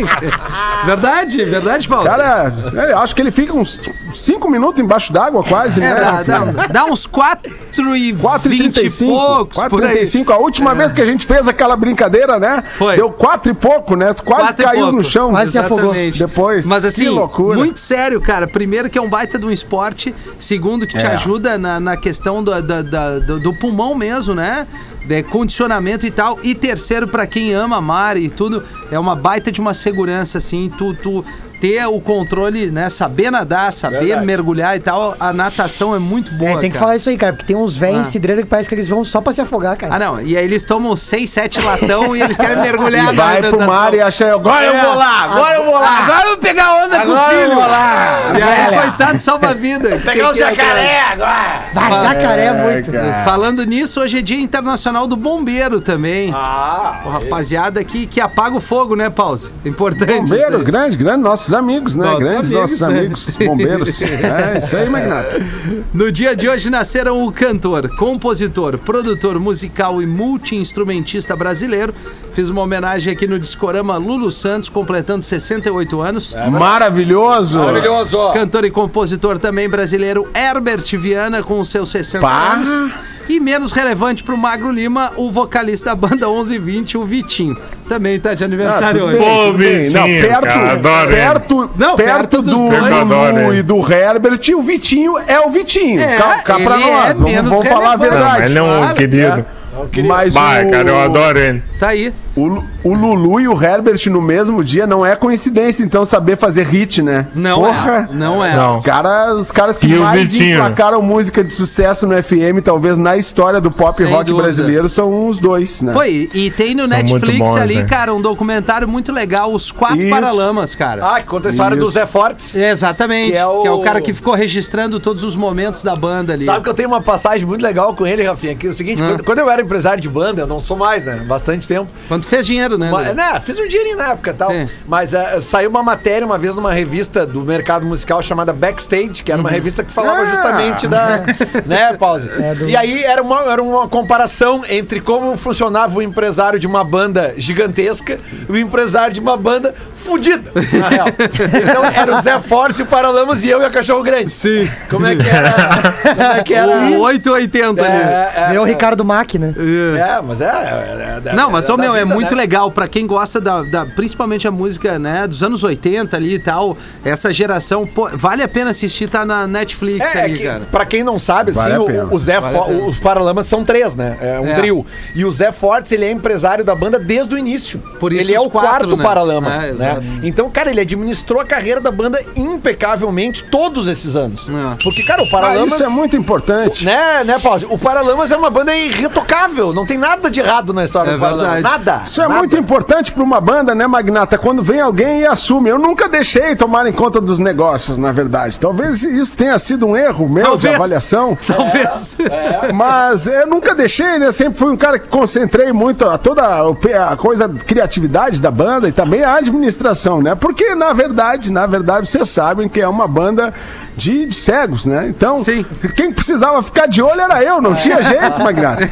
S1: também. Verdade, verdade, Paulo.
S2: Cara, eu acho que ele fica uns 5 minutos embaixo d'água quase,
S1: É,
S2: né?
S1: dá,
S2: Rafinha?
S1: dá, dá uns 4 e
S2: 4 e
S1: 20 e
S2: 35,
S1: poucos,
S2: 4
S1: por
S2: e
S1: aí. É.
S2: 35, a última vez que a gente fez aquela brincadeira, né?
S1: Foi.
S2: Deu 4 e pouco, né? Tu quase
S1: Quatro e
S2: caiu
S1: pouco.
S2: no chão.
S3: Quase se afogou.
S1: Exatamente.
S2: Depois,
S1: Mas assim,
S2: que loucura.
S1: muito sério, cara. Primeiro que é um baita de um esporte. Segundo que te
S2: É.
S1: ajuda na, na questão do, da- da- do, do pulmão mesmo, né? De condicionamento e tal. E terceiro, pra quem ama mar e tudo, é uma baita de uma segurança, assim. Tu, tu ter o controle, né? Saber nadar, saber mergulhar e tal. A natação é muito boa,
S3: É, tem que
S1: cara.
S3: falar isso aí, cara, porque tem uns velhos
S1: Ah.
S3: em cidreira que parece que eles vão só pra se afogar, cara.
S1: Ah, não. E aí eles tomam 6, 7 latão e eles querem mergulhar
S2: E vai
S1: na-
S2: pro
S1: na-
S2: mar e acha, agora eu vou lá, agora eu vou lá.
S1: Ah, Agora eu vou pegar onda com o
S2: Agora eu
S1: filho.
S2: vou lá.
S1: E aí, coitado, salva a vida. é
S4: Pegar o jacaré agora.
S3: Bah, jacaré é muito.
S1: Falando nisso, hoje é Dia Internacional do Bombeiro também.
S2: é.
S1: Ah, rapaziada que, que apaga o fogo, né, Pause? Importante.
S2: Bombeiro,
S1: isso aí.
S2: grande, grande, nossos Nossos amigos, né?
S1: Nossos
S2: Grandes
S1: amigos,
S2: nossos
S1: né?
S2: amigos, bombeiros. <laughs> É, isso aí, Magnata.
S1: No dia de hoje nasceram o cantor, compositor, produtor musical e multiinstrumentista brasileiro. Fiz uma homenagem aqui no Discorama Lulu Santos, completando 68 anos.
S2: Maravilhoso.
S1: Ah.
S4: Maravilhoso.
S1: Cantor e compositor também brasileiro Herbert Viana, com os seus 60
S2: Pá.
S1: anos. E menos relevante pro Magro Lima, o vocalista da banda 1120, o Vitinho. Também tá de aniversário
S2: Ah, tudo
S1: hoje.
S2: bem,
S5: Ô,
S2: tudo bem. Não,
S5: Vitinho,
S2: perto,
S5: cara, adoro ele.
S2: perto,
S1: Não,
S2: perto,
S1: perto dos
S2: do
S1: dois.
S5: Eu adoro
S2: Lulu
S5: ele.
S2: e do Herbert, o Vitinho é o Vitinho.
S1: É,
S2: Cá cá pra
S1: ele é
S2: nós,
S1: menos
S2: vamos, vamos falar a
S1: relevante.
S5: Não,
S2: é verdade.
S5: mas não,
S1: claro,
S2: é um
S5: querido.
S2: Mas
S5: Bah,
S2: o-
S5: cara, eu adoro ele.
S1: Tá aí.
S2: O, Lu- o Lulu e o Herbert no mesmo dia não é coincidência, então, saber fazer hit, né?
S1: Não
S2: Porra.
S1: é. Não é.
S5: Não.
S2: Os, cara, os caras que
S5: E o
S2: mais
S5: Vitinho?
S2: emplacaram música de sucesso no FM, talvez na história do pop
S1: Sem
S2: rock
S1: dúvida.
S2: brasileiro, são os dois, né?
S1: Foi, e tem no
S5: São
S1: Netflix
S5: muito bons,
S1: ali,
S5: né?
S1: cara, um documentário muito legal, Os Quatro
S2: Isso.
S1: Paralamas, cara.
S4: Ah, que conta a história
S2: Isso.
S4: do Zé Fortes.
S1: Exatamente, que é, o...
S4: que é o
S1: cara que ficou registrando todos os momentos da banda ali.
S4: Sabe que eu tenho uma passagem muito legal com ele, Rafinha? Que é o seguinte,
S1: Ah.
S4: quando, quando eu era empresário de banda, eu não sou mais, né? Bastante tempo.
S1: Quando fez dinheiro, né?
S4: Mas,
S1: Lelê?
S4: né, fiz um dinheirinho na época e tal.
S1: Sim.
S4: Mas eh, saiu uma matéria uma vez numa revista do mercado musical chamada Backstage, que era
S1: Uhum.
S4: uma revista que falava
S2: Ah.
S4: justamente da.
S1: <laughs>
S4: né, pause.
S3: É, do-
S4: E aí era uma, era uma comparação entre como funcionava o empresário de uma banda gigantesca e o empresário de uma banda fudida,
S1: <laughs>
S4: na real. Então era o Zé Forte, o Paralamas e eu e a Cachorro Grande. Sim. Como é que
S1: <laughs>
S4: era? Como é que era?
S1: O 880 ali.
S4: É, é,
S3: Virou o Ricardo Mack, né?
S4: é, mas é. é- é-
S1: Não, mas, ô,
S4: da
S1: meu, é
S4: vida,
S1: muito
S4: né?
S1: legal pra quem gosta da, da- principalmente a música, né, dos anos 80 ali e tal, essa geração, pô, vale a pena assistir, tá na Netflix
S4: É, é
S1: ali,
S4: que, <laughs>
S1: cara.
S4: pra quem não sabe, assim,
S2: Vale a
S4: o-
S2: pena.
S4: o, Zé
S1: Vale a
S4: Fo-
S1: pena.
S4: os Paralamas são três, né? É um
S1: É.
S4: trio. E o Zé Fortes, ele é empresário da banda desde o início.
S1: Por isso
S4: ele é
S1: os
S4: o
S1: quatro,
S4: quarto
S1: né?
S4: Paralama.
S1: É,
S4: né?
S1: exato.
S4: Então, cara, ele administrou a carreira da banda impecavelmente todos esses anos.
S1: É.
S4: Porque, cara, o
S2: Ah,
S4: Paralamas.
S2: isso é muito importante.
S4: Né, né, Paulo? O Paralamas é uma banda irretocável. Não tem nada de errado na história
S1: É
S4: do Paralamas.
S1: verdade.
S4: Nada.
S2: Isso é
S4: nada.
S2: muito importante pra uma banda, né, Magnata? Quando vem alguém e assume. Eu nunca deixei tomar em conta dos negócios, na verdade. Talvez isso tenha sido um erro meu
S1: Talvez.
S2: de
S1: <laughs>
S2: avaliação.
S1: Talvez.
S4: É,
S2: Mas eu nunca deixei, né? Sempre fui um cara que concentrei muito a toda a pe- a coisa, a criatividade da banda e também a administração, né? Porque, na verdade, na verdade, vocês sabem que é uma banda de, de cegos, né? Então,
S1: Sim. É.
S2: quem precisava ficar de olho era eu, não tinha jeito, Magnata.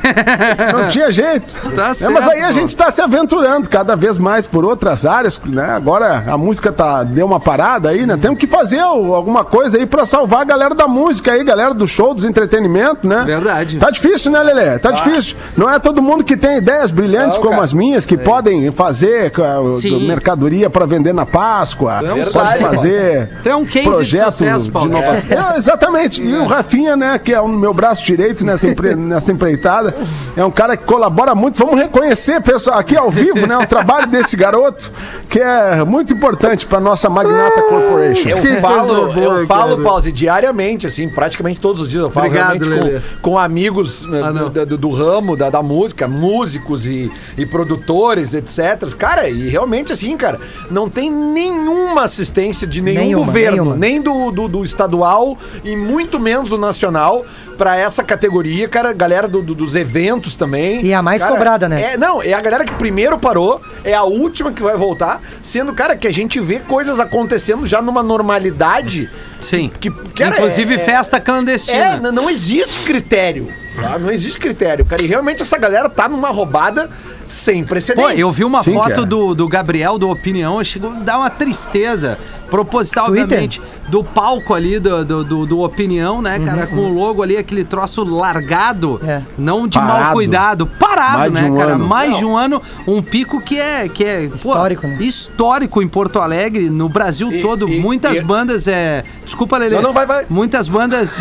S2: Não tinha jeito.
S1: Tá
S2: Né,
S1: certo,
S2: mas aí a
S1: pô.
S2: gente tá se aventurando cada vez mais por outras áreas, né? Agora a música tá, deu uma parada aí, né? Temos que fazer o- alguma coisa aí pra salvar a galera da música aí, galera do show, dos entretenimento, né?
S1: Verdade.
S2: Tá difícil, né, Lelê? Tá difícil. Não é todo mundo que tem ideias brilhantes
S4: Não,
S2: como
S4: cara.
S2: as minhas, que podem fazer uh,
S1: É. Sim.
S2: mercadoria pra vender na Páscoa.
S1: Tu é um
S2: pode
S1: sucesso.
S2: fazer
S1: Tu é um case de
S2: projeto
S1: sucesso, Paulo.
S2: inovação. É, exatamente. E o Rafinha, né, que é o meu braço direito nessa, empre- nessa empreitada, é um cara que colabora muito. Vamos reconhecer, pessoal, aqui ao vivo, né, o trabalho desse garoto, que é muito importante pra nossa Magnata Corporation.
S4: Eu falo, eu falo, Pause, diariamente, assim, praticamente todos os dias. Eu falo
S1: Obrigado, Lelê.
S4: realmente com, com amigos né,
S1: Ah, não.
S4: do, do- do ramo, da, da música, músicos e, e produtores, etc. Cara, e realmente, assim, cara, não tem nenhuma assistência de nenhum
S3: Nenhuma,
S4: governo,
S3: nenhuma.
S4: nem do, do, do estadual e muito menos do nacional pra essa categoria, cara, galera do- do- dos eventos também.
S3: E a mais
S4: Cara,
S3: cobrada, né?
S4: é- é, não, é a galera que primeiro parou, é a última que vai voltar, sendo, cara, que a gente vê coisas acontecendo já numa normalidade.
S1: Sim.
S4: Que- cara,
S1: Inclusive
S4: é-
S1: festa
S4: É,
S1: clandestina.
S4: n- não existe critério. tá? Não existe critério, cara. E realmente essa galera tá numa roubada sem precedentes.
S1: Pô, eu vi uma
S2: Sim,
S1: foto
S2: cara.
S1: do, do Gabriel, do Opinião, chegou a dar uma tristeza, proposital,
S3: Twitter?
S1: obviamente, do palco ali do, do, do- do Opinião,
S2: Uhum,
S1: né, cara, com o logo ali, aquele troço largado,
S3: É.
S1: não de mal
S2: Parado.
S1: cuidado, parado,
S2: Mais
S1: né,
S2: de um
S1: cara,
S2: ano.
S1: mais de um ano, um pico que é... Que é pô,
S3: Histórico, né?
S1: Histórico em Porto Alegre, no Brasil
S4: E-
S1: todo,
S4: e-
S1: muitas
S4: e-
S1: bandas, é... Desculpa, Lelê.
S4: Não, não, vai, vai.
S1: Muitas
S4: <laughs>
S1: bandas...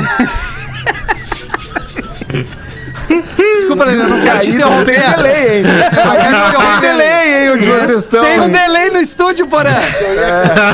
S1: Desculpa, Lelê, eu não quero te
S2: Aí não
S1: interromper.
S2: tem delay, hein?
S1: Eu quero te
S2: Tem
S1: interromper.
S2: delay, hein, onde vocês estão. Tá
S1: Tem um
S2: hein?
S1: delay no estúdio, Porã.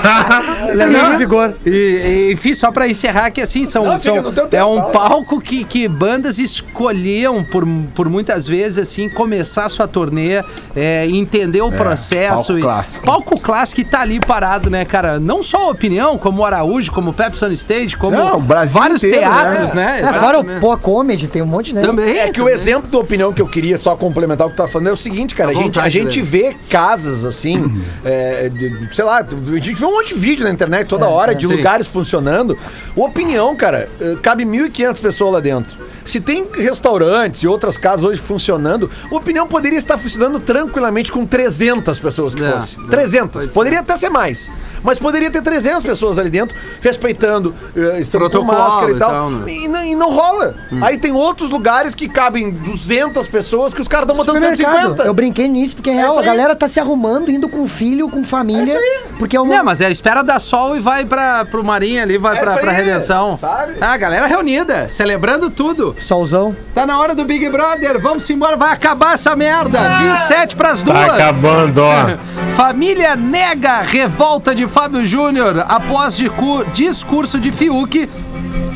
S5: Tá
S3: Lelê de vigor.
S1: E, e, enfim, só pra encerrar que assim, são,
S4: Não, fica
S1: são-
S4: no teu tempo,
S1: é um
S4: fala.
S1: palco que, que bandas escolhiam por, por muitas vezes, assim, começar sua turnê, é, entender o processo.
S2: palco
S1: e,
S2: clássico.
S1: Palco clássico que tá ali parado, né, cara? Não só a Opinião, como o Araújo, como o Pepsi on Stage, como
S2: Não, o Brasil
S1: vários
S2: inteiro,
S1: teatros, né?
S3: É, fora
S1: Exatamente.
S3: o Pô Comedy, tem um monte, né?
S1: Também.
S4: É que o
S1: também.
S4: exemplo exemplo da opinião que eu queria só complementar o que tu tá falando é o seguinte, cara. A
S1: Fica à
S4: gente, a
S1: vontade, Uhum.
S4: gente vê casas assim, é, de- de- sei lá, a gente vê um monte de vídeo na internet toda hora de
S1: É, Sim.
S4: lugares funcionando. O opinião, cara, eh, cabe 1.500 pessoas lá dentro. Se tem restaurantes e outras casas hoje funcionando, o opinião poderia estar funcionando tranquilamente com 300 pessoas que
S1: É,
S4: fosse.
S1: é.
S4: 300.
S1: Pode ser.
S4: poderia até ser É mais. Mas poderia ter 300 pessoas ali dentro, respeitando, eh, estando com
S1: Protocolo
S4: máscara e
S1: e
S4: tal.
S1: tal, né? Hum.
S4: E não, e não rola. Aí tem outros lugares que cabem 200 pessoas que os caras estão botando
S3: Supermercado.
S4: 150.
S3: Eu brinquei nisso, porque é real,
S4: isso
S3: a
S4: aí.
S3: galera tá se arrumando, indo com filho, com família. porque é uma.
S1: Não, mas é, espera dar sol e vai pra, pro Marinha ali, vai
S4: É
S1: pra,
S4: isso
S1: pra
S4: aí,
S1: redenção.
S4: sabe?
S1: Ah, galera reunida, celebrando tudo.
S3: Solzão.
S1: Tá na hora do Big Brother, vamos embora, vai acabar essa merda.
S4: Ah!
S1: 27 pras duas.
S5: Tá acabando, ó.
S1: <laughs> Família nega revolta de Fábio Júnior após dicu- discurso de Fiuk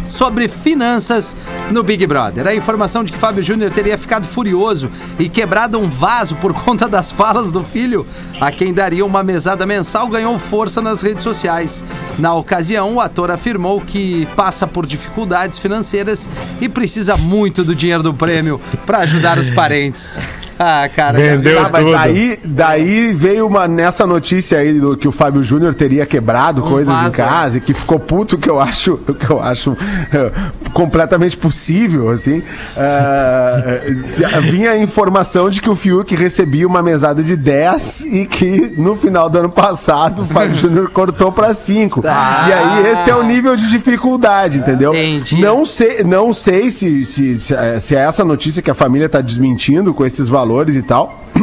S1: sobre finanças no Big Brother. A informação de que Fábio Júnior teria ficado furioso e quebrado um vaso por <laughs> conta das falas do filho, a quem daria uma mesada mensal, ganhou força nas redes sociais. Na ocasião, o ator afirmou que passa por dificuldades financeiras e precisa muito do dinheiro do prêmio para ajudar os parentes.
S5: <laughs>
S1: Ah, cara,
S5: Vendeu
S2: Ah, mas
S5: tudo.
S2: daí, daí veio uma nessa notícia aí do que o Fábio Júnior teria quebrado
S1: Um
S2: coisas em
S1: vaso,
S2: casa e que ficou puto, que eu acho, <laughs> que eu acho eh, completamente possível, assim. Ah, eh, vinha a informação de que o Fiuk recebia uma mesada de 10 e que no final do ano passado o
S1: <laughs>
S2: Fábio Júnior cortou para 5. E aí esse é o nível de dificuldade, entendeu?
S1: Tá. Entendi.
S2: Não não sei, não sei se, se, se é- se é essa notícia que a família está desmentindo com esses valores e tal. <clears throat>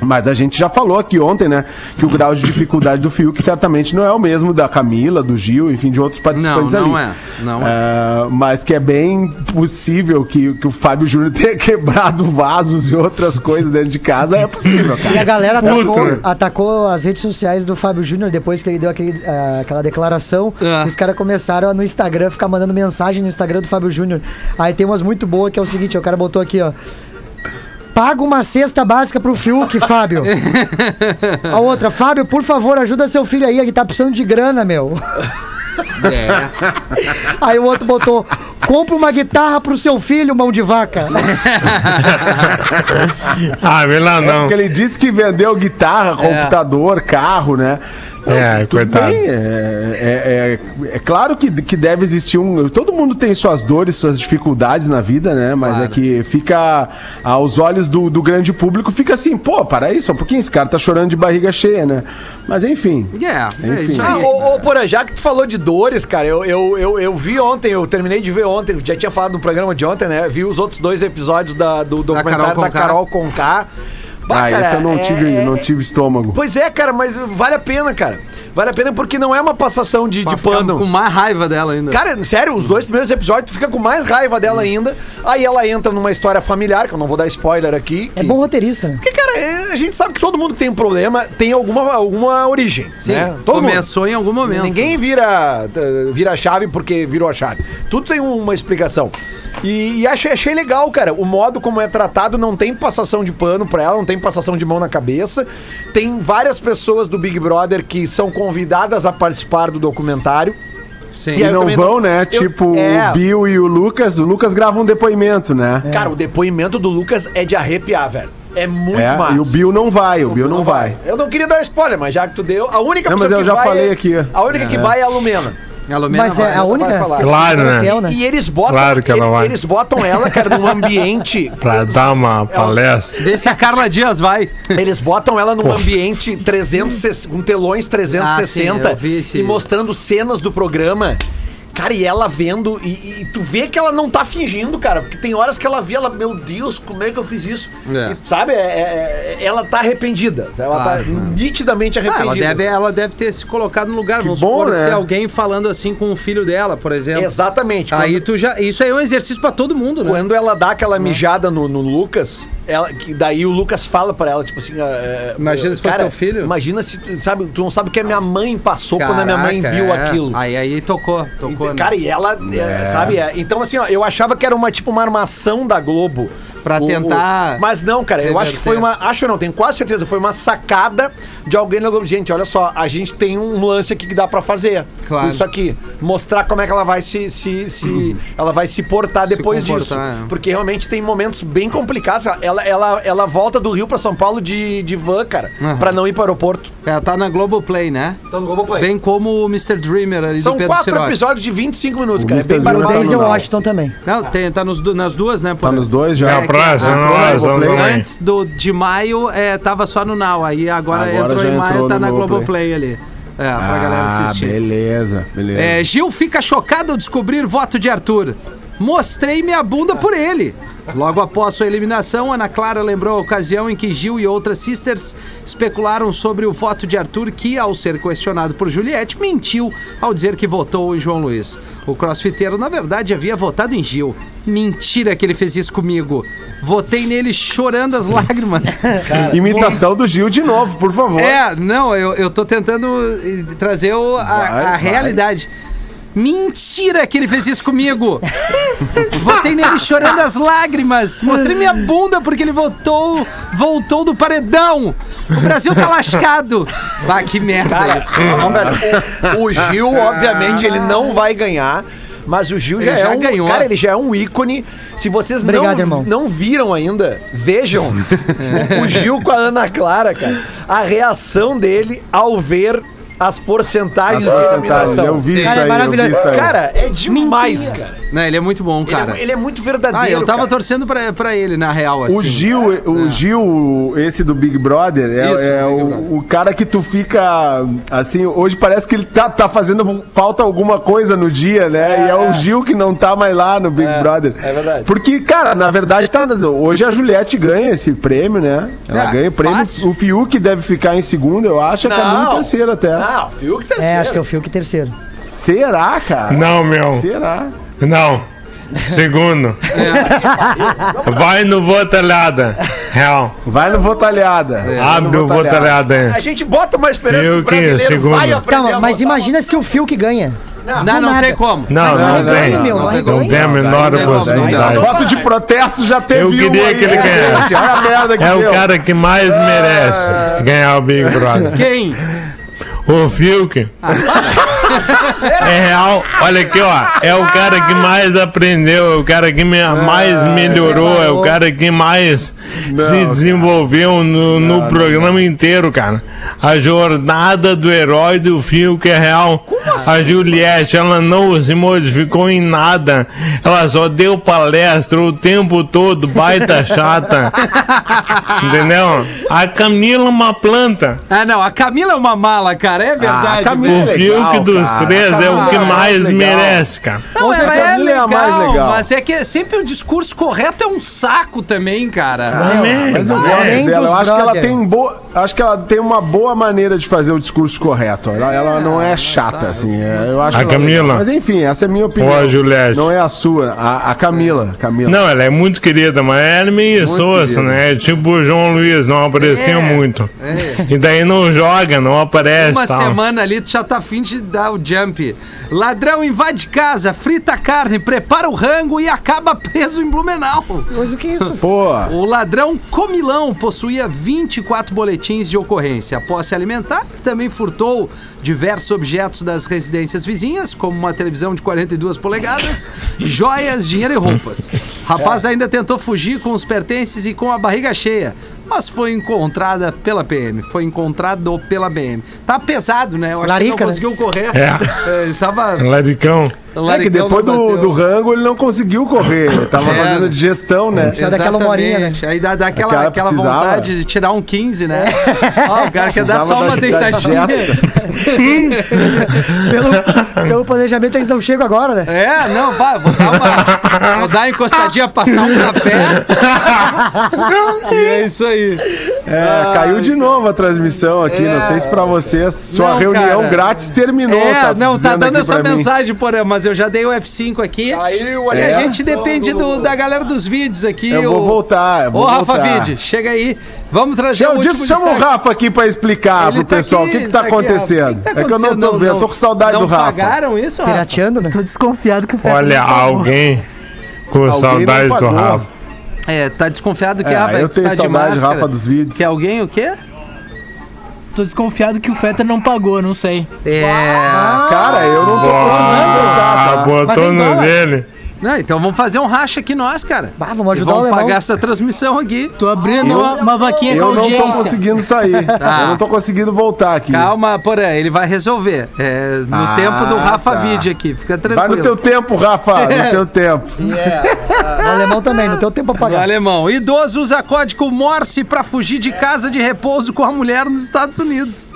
S2: Mas a gente já falou aqui ontem, né? Que o grau de dificuldade do Fiuk certamente não é o mesmo da Camila, do Gil, enfim, de outros participantes
S1: Não, não
S2: ali.
S1: é, não
S2: é. mas que é bem possível que, que o Fábio Júnior <laughs> tenha quebrado vasos e outras coisas dentro de casa. É possível, cara.
S3: E a galera atacou,
S5: Putz. né?
S3: atacou as redes sociais do Fábio Júnior depois que ele deu aquele, ah, aquela declaração.
S5: Ah.
S1: É.
S3: Os caras começaram a, no Instagram ficar mandando mensagem no Instagram do Fábio Júnior. Aí tem umas muito boas que é o seguinte: o cara botou aqui, ó. Paga uma cesta básica pro Fiuk,
S5: <laughs>
S3: Fábio. A outra, Fábio, por favor, ajuda seu filho aí, ele tá precisando de grana, meu.
S1: É.
S3: Aí o outro botou, compra uma guitarra pro seu filho, mão de vaca.
S5: Ah, vê lá
S2: É,
S5: não.
S2: Porque ele disse que vendeu guitarra,
S4: É.
S2: computador, carro, né?
S5: É,
S2: Tudo
S5: coitado.
S2: bem, é, é- é- é claro que, que deve existir um. Todo mundo tem suas dores, suas dificuldades na vida, né? Mas é que fica. Aos olhos do, do grande público, fica assim, pô, para isso, um pouquinho, esse cara tá chorando de barriga cheia, né? Mas enfim.
S1: É, é
S2: Enfim.
S1: isso
S4: Ah,
S1: aí.
S4: ô, ô Porã, já que tu falou de dores, cara, eu, eu, eu, eu vi ontem, eu terminei de ver ontem, já tinha falado no programa de ontem, né? Vi os outros dois episódios da, do documentário
S1: Carol
S4: da
S1: Conká.
S4: Carol Conká. Bah,
S2: Ah,
S4: cara,
S2: esse eu não
S4: é-
S2: tive, não tive estômago.
S4: Pois é, cara, mas vale a pena, cara. Vale a pena porque não é uma passação de, de
S1: Pra ficar
S4: pano.
S1: Com mais raiva dela ainda.
S4: Cara, sério, os dois primeiros episódios tu fica com mais raiva dela ainda. Aí ela entra numa história familiar, que eu não vou dar spoiler aqui.
S3: É
S4: que-
S3: bom roteirista, né?
S4: Porque, cara, é- a gente sabe que todo mundo que tem um problema, tem alguma, alguma origem.
S1: Sim,
S4: né? Todo mundo.
S1: começou em algum momento.
S4: Ninguém vira, eh, vira a chave porque virou a chave. Tudo tem uma explicação. E, e achei, achei legal, cara. O modo como é tratado não tem passação de pano pra ela, não tem passação de mão na cabeça. Tem várias pessoas do Big Brother que são convidadas a participar do documentário.
S1: Sim.
S4: E
S2: E
S4: aí- eu
S2: não
S4: também
S2: vão,
S4: não-
S2: né?
S4: eu-
S2: tipo,
S4: é.
S2: o Bill e o Lucas. O Lucas grava um depoimento, né?
S4: Cara, o depoimento do Lucas é de arrepiar, velho. É muito
S2: É,
S4: massa.
S2: e o Bill não vai, o Bill não vai.
S4: Eu não queria dar spoiler, mas já que tu deu, a única
S2: Não, mas eu
S4: que
S2: já
S4: vai
S2: falei
S4: é-
S2: aqui.
S4: A única que vai é a Lumena.
S1: A Lumena
S3: Mas é
S1: vai.
S3: a única.
S4: vai falar.
S5: Claro, né?
S3: fiel, né?
S4: E eles botam,
S5: Claro que ela
S4: eles,
S5: vai.
S4: eles botam ela, cara,
S2: <laughs>
S4: num ambiente.
S5: Pra dar uma palestra.
S1: Vê se a Carla Dias
S4: <laughs>
S1: vai.
S4: Eles botam ela num ambiente 360, com telões
S1: Ah, sim,
S4: 360
S1: eu vi esse-
S4: e mostrando cenas do programa. Cara, e ela vendo, e, e tu vê que ela não tá fingindo, cara, porque tem horas que ela vê, ela, meu Deus, como é que eu fiz isso?
S1: É.
S4: E, sabe, é- é- é- ela tá arrependida, ela tá
S1: Claro, né?
S4: nitidamente
S1: Ah,
S4: arrependida.
S1: ela, deve, ela deve ter se colocado no lugar. Vamos
S2: bom,
S1: supor,
S2: né?
S1: se alguém falando assim com o filho dela, por exemplo.
S4: Exatamente.
S1: tá Aí tu já. Isso aí é um exercício pra todo mundo, né?
S4: Quando ela dá aquela mijada no, no Lucas, ela, que daí o Lucas fala pra ela, tipo assim... é,
S1: Imagina se fosse
S4: cara,
S1: teu filho.
S4: Imagina se, tu sabe, tu não sabe o que a minha mãe passou quando a minha mãe
S1: Caraca,
S4: viu
S1: é.
S4: aquilo.
S1: Aí, aí tocou, tocou.
S4: E,
S1: né? é.
S4: Cara, e ela, é, sabe? é, então, assim, ó, eu achava que era uma tipo uma armação da Globo
S1: Pra
S4: O- o-
S1: tentar. É.
S4: Mas não, cara, eu acho que
S1: reverter.
S4: foi uma. Acho não, tenho quase certeza. Foi uma sacada de alguém na Globo. Gente, olha só, a gente tem um lance aqui que dá pra fazer.
S1: Claro. Uhum.
S4: Isso aqui. Mostrar como é que ela vai se. se, se Ela vai se portar depois disso.
S1: comportar, é.
S4: Porque realmente tem momentos bem complicados. cara. Ela, ela, ela volta do Rio pra São Paulo de, de van, cara,
S1: Aham.
S4: pra não ir pro aeroporto.
S1: Ela tá na Globoplay, né?
S4: Então, Globoplay.
S1: Bem como o Mr. Dreamer ali
S4: São
S1: do Pedro
S4: quatro
S1: Sirotti.
S4: episódios de 25 minutos, cara. É
S2: Mr.
S4: bem
S2: Dreamer
S3: O
S2: tá
S4: barulho.
S3: Denzel
S2: no Now.
S3: Washington também.
S1: Não, tem, tá nos, do- nas duas, né? Porã?
S2: Tá nos dois já.
S4: É,
S5: Na próxima,
S1: Ah,
S5: na
S1: claro,
S5: próxima também.
S1: Antes do, de maio é, tava só no Now, aí agora,
S2: Agora
S1: entrou
S2: já
S1: em maio
S2: entrou
S1: tá
S2: no
S1: na Globoplay
S2: Globoplay Ah,
S1: ali. É, pra galera assistir.
S2: beleza, beleza.
S1: É, Gil fica chocado ao descobrir voto de Arthur. Mostrei minha bunda por ele. Logo após sua eliminação, Ana Clara lembrou a ocasião em que Gil e outras sisters especularam sobre o voto de Arthur, que, ao ser questionado por Juliette, mentiu ao dizer que votou em João Luiz. O crossfiteiro, na verdade, havia votado em Gil. Mentira que ele fez isso comigo. Votei nele chorando as <laughs> lágrimas.
S2: É, Imitação do Gil de novo, por favor.
S1: É, não, eu, eu tô tentando eh, trazer o- a,
S2: Vai,
S1: a
S2: vai.
S1: realidade. Mentira que ele fez isso comigo! <laughs> Votei nele chorando as lágrimas! Mostrei minha bunda porque ele voltou, voltou do paredão! O Brasil tá lascado! Ah, que merda isso!
S4: <laughs> Não, velho, o, o Gil, obviamente, ele não vai ganhar. Mas o Gil já
S1: Ah. Ele
S4: é
S1: já
S4: um,
S1: ganhou.
S4: Cara, ele já é um ícone. Se vocês
S3: Obrigado,
S4: não,
S3: irmão.
S4: não viram ainda, vejam o Gil com a Ana Clara, cara. A reação dele ao ver as porcentagens de eliminação.
S2: Eu vi isso
S3: Cara, é
S2: aí, eu vi
S3: maravilhoso.
S2: isso aí.
S4: Cara, é demais, cara.
S1: Não, ele é muito bom,
S4: Ele é-
S1: cara.
S4: Ele, é, muito verdadeiro.
S1: Ah, eu tava
S4: cara.
S1: torcendo pra, pra ele, na real, assim.
S2: O Gil,
S1: É.
S2: o Gil, esse do Big Brother, é,
S1: Isso,
S2: é
S1: do Big
S2: o,
S1: Brother.
S2: o cara que tu fica assim, hoje parece que ele tá, tá fazendo falta alguma coisa no dia, né? e é, o Gil que não tá mais lá no Big Brother.
S4: é verdade.
S2: Porque, cara, na verdade, tá, hoje a Juliette ganha esse prêmio, né? Ela
S1: É,
S2: ganha o prêmio.
S1: fácil.
S2: O Fiuk deve ficar em segundo, eu acho, é a Camila
S4: Não.
S2: em terceiro até.
S4: Ah, o Fiuk tá
S3: É, acho que é o Fiuk terceiro.
S2: Será, cara?
S5: Não, meu.
S2: Será?
S5: Não. Segundo. Vai no Votalhada. Real.
S2: Vai no Votalhada.
S5: Abre o Votalhada
S4: A
S5: aí.
S4: gente bota uma esperança que o
S5: Fiuk,
S4: brasileiro vai
S5: segundo.
S3: Tá,
S4: aprender a
S3: mas
S4: votar.
S3: imagina se o Fiuk ganha.
S1: Não, não
S3: nada.
S1: tem como.
S5: Não,
S3: Mas
S5: não,
S3: não
S5: tem.
S3: ganha, meu, não é
S5: Não tem a
S3: ganha.
S5: menor
S1: Não tem como, não tem
S5: possibilidade.
S1: como.
S2: Voto de protesto já teve
S5: Eu queria
S2: um aí,
S5: que é. ele
S2: né,
S5: ganhasse.
S2: gente? Olha a merda que
S5: É
S2: deu.
S5: o cara que mais merece ganhar o Big Brother.
S1: Quem?
S5: O Fiuk. É real. Olha aqui, ó. É o cara que mais aprendeu, é o cara que me- mais melhorou, é o cara que mais se desenvolveu no, no programa inteiro, cara. A jornada do herói do Fiuk é real. A Juliette, ela não se modificou em nada. Ela só deu palestra o tempo todo, baita chata. Entendeu? A Camila é uma planta.
S1: Ah, não, a Camila é uma mala, cara, é verdade.
S2: Ah, a Camila-
S1: velho.
S5: O
S2: legal,
S5: Fiuk
S2: cara.
S5: dos três é o
S1: Camila
S5: que
S1: é mais
S5: mais
S2: legal.
S5: merece, cara.
S1: Não,
S2: Com
S1: ela
S2: certeza
S1: é
S2: ele é a
S1: legal,
S2: mais legal.
S1: mas é que sempre o discurso correto é um saco também,
S2: Ah,
S1: cara.
S5: Amém.
S2: Mas eu
S5: É.
S2: gosto
S3: Além
S2: dela. Eu
S3: dos
S2: acho que ela
S3: brother.
S2: tem boa, acho que ela tem uma boa maneira de fazer o discurso correto. Ela, ela não é chata assim. é, eu acho
S5: A
S2: que ela-
S5: Camila?
S2: Mas enfim, essa é a minha opinião.
S5: Ou a Juliette?
S2: Não é a sua, a, a Camila, Camila.
S5: Não, ela é muito querida, mas ela é meio
S2: Muito
S5: soça,
S2: querida.
S5: né? É Tipo o João Luiz, não apareceu
S1: É,
S5: muito.
S1: é.
S5: E daí não joga, não
S2: é,
S5: aparece.
S1: Uma
S5: tal.
S1: semana ali, tu já tá afim de dar o jump. Ladrão invade casa, frita a carne, prepara o rango e acaba preso em Blumenau.
S3: Mas o que é isso?
S2: Pô,
S1: O ladrão comilão possuía 24 boletins de ocorrência. Após se alimentar, também furtou diversos objetos das residências vizinhas, como uma televisão de 42 polegadas, joias, dinheiro e roupas. Rapaz ainda tentou fugir com os pertences e com a barriga cheia, mas foi encontrada pela PM. Foi encontrado pela PM. Tá pesado, né? Eu acho que
S3: Larica,
S1: não
S3: né?
S1: conseguiu correr.
S5: É.
S1: Ele tava.
S5: Laricão.
S2: é que
S1: laricão,
S2: depois
S1: não
S2: do,
S1: bateu.
S2: do rango ele não conseguiu correr. Ele tava
S1: É.
S2: fazendo digestão, né?
S3: Precisa daquela
S1: Exatamente.
S3: humorinha, né?
S1: Aí dá, dá aquela,
S2: Aquela
S1: aquela
S2: precisava.
S1: vontade de tirar um 15, né? Ó, o cara quer dar só
S2: Precisava
S1: uma
S2: da- da
S1: deitadinha.
S2: digesta.
S3: Pelo, pelo planejamento eles não chegam agora, né?
S1: É, não, vai, vou dar uma. Vou dar uma encostadinha, passar um café. e é isso aí.
S2: É, caiu de novo a transmissão aqui.
S1: É.
S2: Não sei se pra vocês. Sua
S1: Não,
S2: reunião
S1: cara.
S2: grátis terminou.
S1: é, não, tá
S2: dizendo
S1: dando
S2: aqui
S1: essa
S2: pra mim.
S1: mensagem, porém, mas eu já dei o F5 aqui.
S4: Aí o
S1: E a
S2: É?
S1: gente depende do- da galera dos vídeos aqui.
S2: Eu vou
S1: o-
S2: voltar, eu vou
S1: Ô, Rafa
S2: voltar.
S1: Vide, chega aí. Vamos trazer
S2: Eu
S1: o
S2: disse,
S1: último
S2: chama
S1: destaque.
S2: o Rafa aqui pra explicar
S1: Ele
S2: pro
S1: tá
S2: pessoal
S1: aqui,
S2: o que, que tá
S1: tá aqui,
S2: acontecendo.
S1: Rafa. O que que tá
S2: é que eu não
S1: acontecendo?
S2: tô vendo, eu tô com saudade
S1: não
S2: do Rafa.
S1: pagaram isso, Rafa?
S3: <laughs> Pirateando, né?
S6: Tô desconfiado que o Fetter
S5: Olha,
S6: não pagou.
S5: alguém com
S2: Alguém não
S5: saudade do
S2: pagou.
S5: Rafa.
S1: É, tá desconfiado que
S2: É,
S1: ah, vai,
S2: eu
S1: tu
S2: tenho
S1: tá de
S2: saudade,
S1: máscara.
S2: Rafa, dos vídeos.
S1: Que é alguém o quê?
S6: Tô desconfiado que o Fetter não pagou, não sei.
S1: É.
S2: Cara, eu não tô conseguindo botar,
S5: Ah,
S2: Ah, tá?
S3: Mas em
S5: botou no
S3: dólar.
S5: dele.
S1: Não, então vamos fazer um racha aqui nós, cara.
S3: Bah, vamos ajudar
S1: E
S3: o
S1: vamos
S3: alemão.
S1: pagar essa transmissão aqui.
S6: Tô abrindo
S2: Eu-
S6: uma, uma vaquinha
S2: Eu
S6: com
S2: não tô
S6: audiência.
S2: conseguindo sair.
S1: Ah.
S2: Eu não tô conseguindo voltar aqui.
S1: Calma, porém, ele vai resolver. É, no
S2: Ah,
S1: tempo do Rafa
S2: tá.
S1: Vide aqui, fica
S2: Vai
S1: tranquilo.
S2: no teu tempo, Rafa.
S1: <laughs>
S2: No teu tempo. <laughs>
S3: O alemão também, não tem o tempo pra
S1: No
S3: pagar.
S1: alemão. Idoso usa código Morse pra fugir de casa de repouso com a mulher nos Estados Unidos.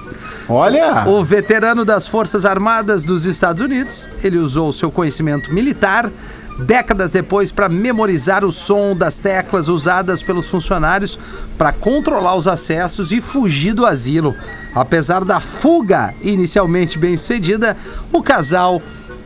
S2: Olha.
S1: O veterano das Forças Armadas dos Estados Unidos, ele usou seu conhecimento militar décadas depois para memorizar o som das teclas usadas pelos funcionários para controlar os acessos e fugir do asilo. Apesar da fuga inicialmente bem-sucedida, o casal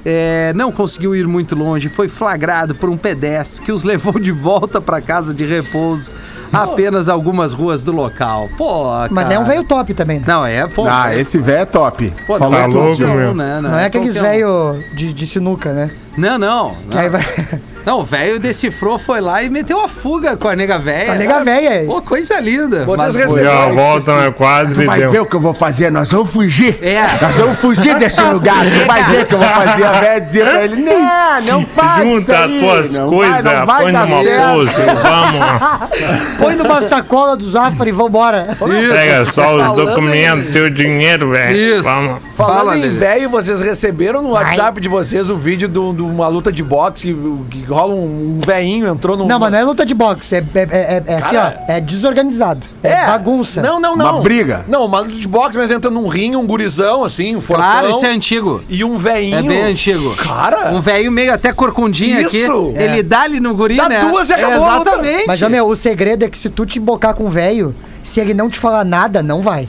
S1: é, não conseguiu ir muito longe, foi flagrado por um pedestre que os <laughs> levou de volta para casa de repouso, apenas algumas ruas do local. Pô,
S3: Mas
S1: cara.
S3: é um velho top também. né?
S1: Não, é, pô.
S2: Ah,
S1: é-
S2: esse velho é top.
S1: Pô,
S2: Falou
S1: não é
S5: tá louco,
S2: tudo.
S1: qualquer um,
S5: meu.
S1: né?
S3: Não, é aqueles
S1: qualquer um.
S3: velho de, de sinuca, né?
S1: Não, não.
S3: Que aí vai. <laughs>
S1: Não, o velho decifrou, foi lá e meteu a fuga com a nega velha.
S3: A nega véia.
S1: Pô, coisa linda.
S4: Vocês
S1: Mas-
S5: Deu
S4: receberam.
S5: a volta na quadra e
S2: é Vai
S5: deu.
S2: ver o que eu vou fazer, nós vamos fugir.
S1: É.
S2: Nós vamos fugir desse lugar. Tu vai ver o que eu vou fazer. A velha dizia pra ele: Não, não faz isso.
S5: Junta as
S2: aí,
S5: tuas
S2: não vai,
S5: coisas,
S2: não vai
S5: põe
S2: dar
S5: numa
S2: certo."
S5: bolsa e vamos.
S3: Põe numa sacola do Zafari e vambora.
S5: Pega só os
S4: Falando
S5: documentos, seu dinheiro, velho.
S1: Tá Isso.
S5: É, Vamos.
S4: Falando
S1: Fala,
S4: em
S1: Lelê.
S4: velho, vocês receberam no WhatsApp de vocês o vídeo de uma luta de boxe que, que rola um, um velhinho entrou num.
S3: Não, mas não é luta de boxe. É, é- é- é- é assim, ó.
S4: Cara.
S3: É desorganizado. É, bagunça.
S4: Não, não, não.
S2: Uma briga.
S4: Não, uma luta de boxe, mas entra num ringue, um gurizão, assim, um fortão.
S1: Claro, isso é antigo.
S4: E um velhinho.
S1: É bem antigo.
S4: Cara.
S1: Um velho meio até corcundinho
S4: Isso.
S1: aqui.
S4: É.
S1: Ele dá-lhe no guri,
S4: Dá
S1: né?
S4: duas e acabou a luta.
S1: Exatamente.
S3: Mas, ó, meu, o segredo é que se tu te embocar com o velho, se ele não te falar nada, não vai.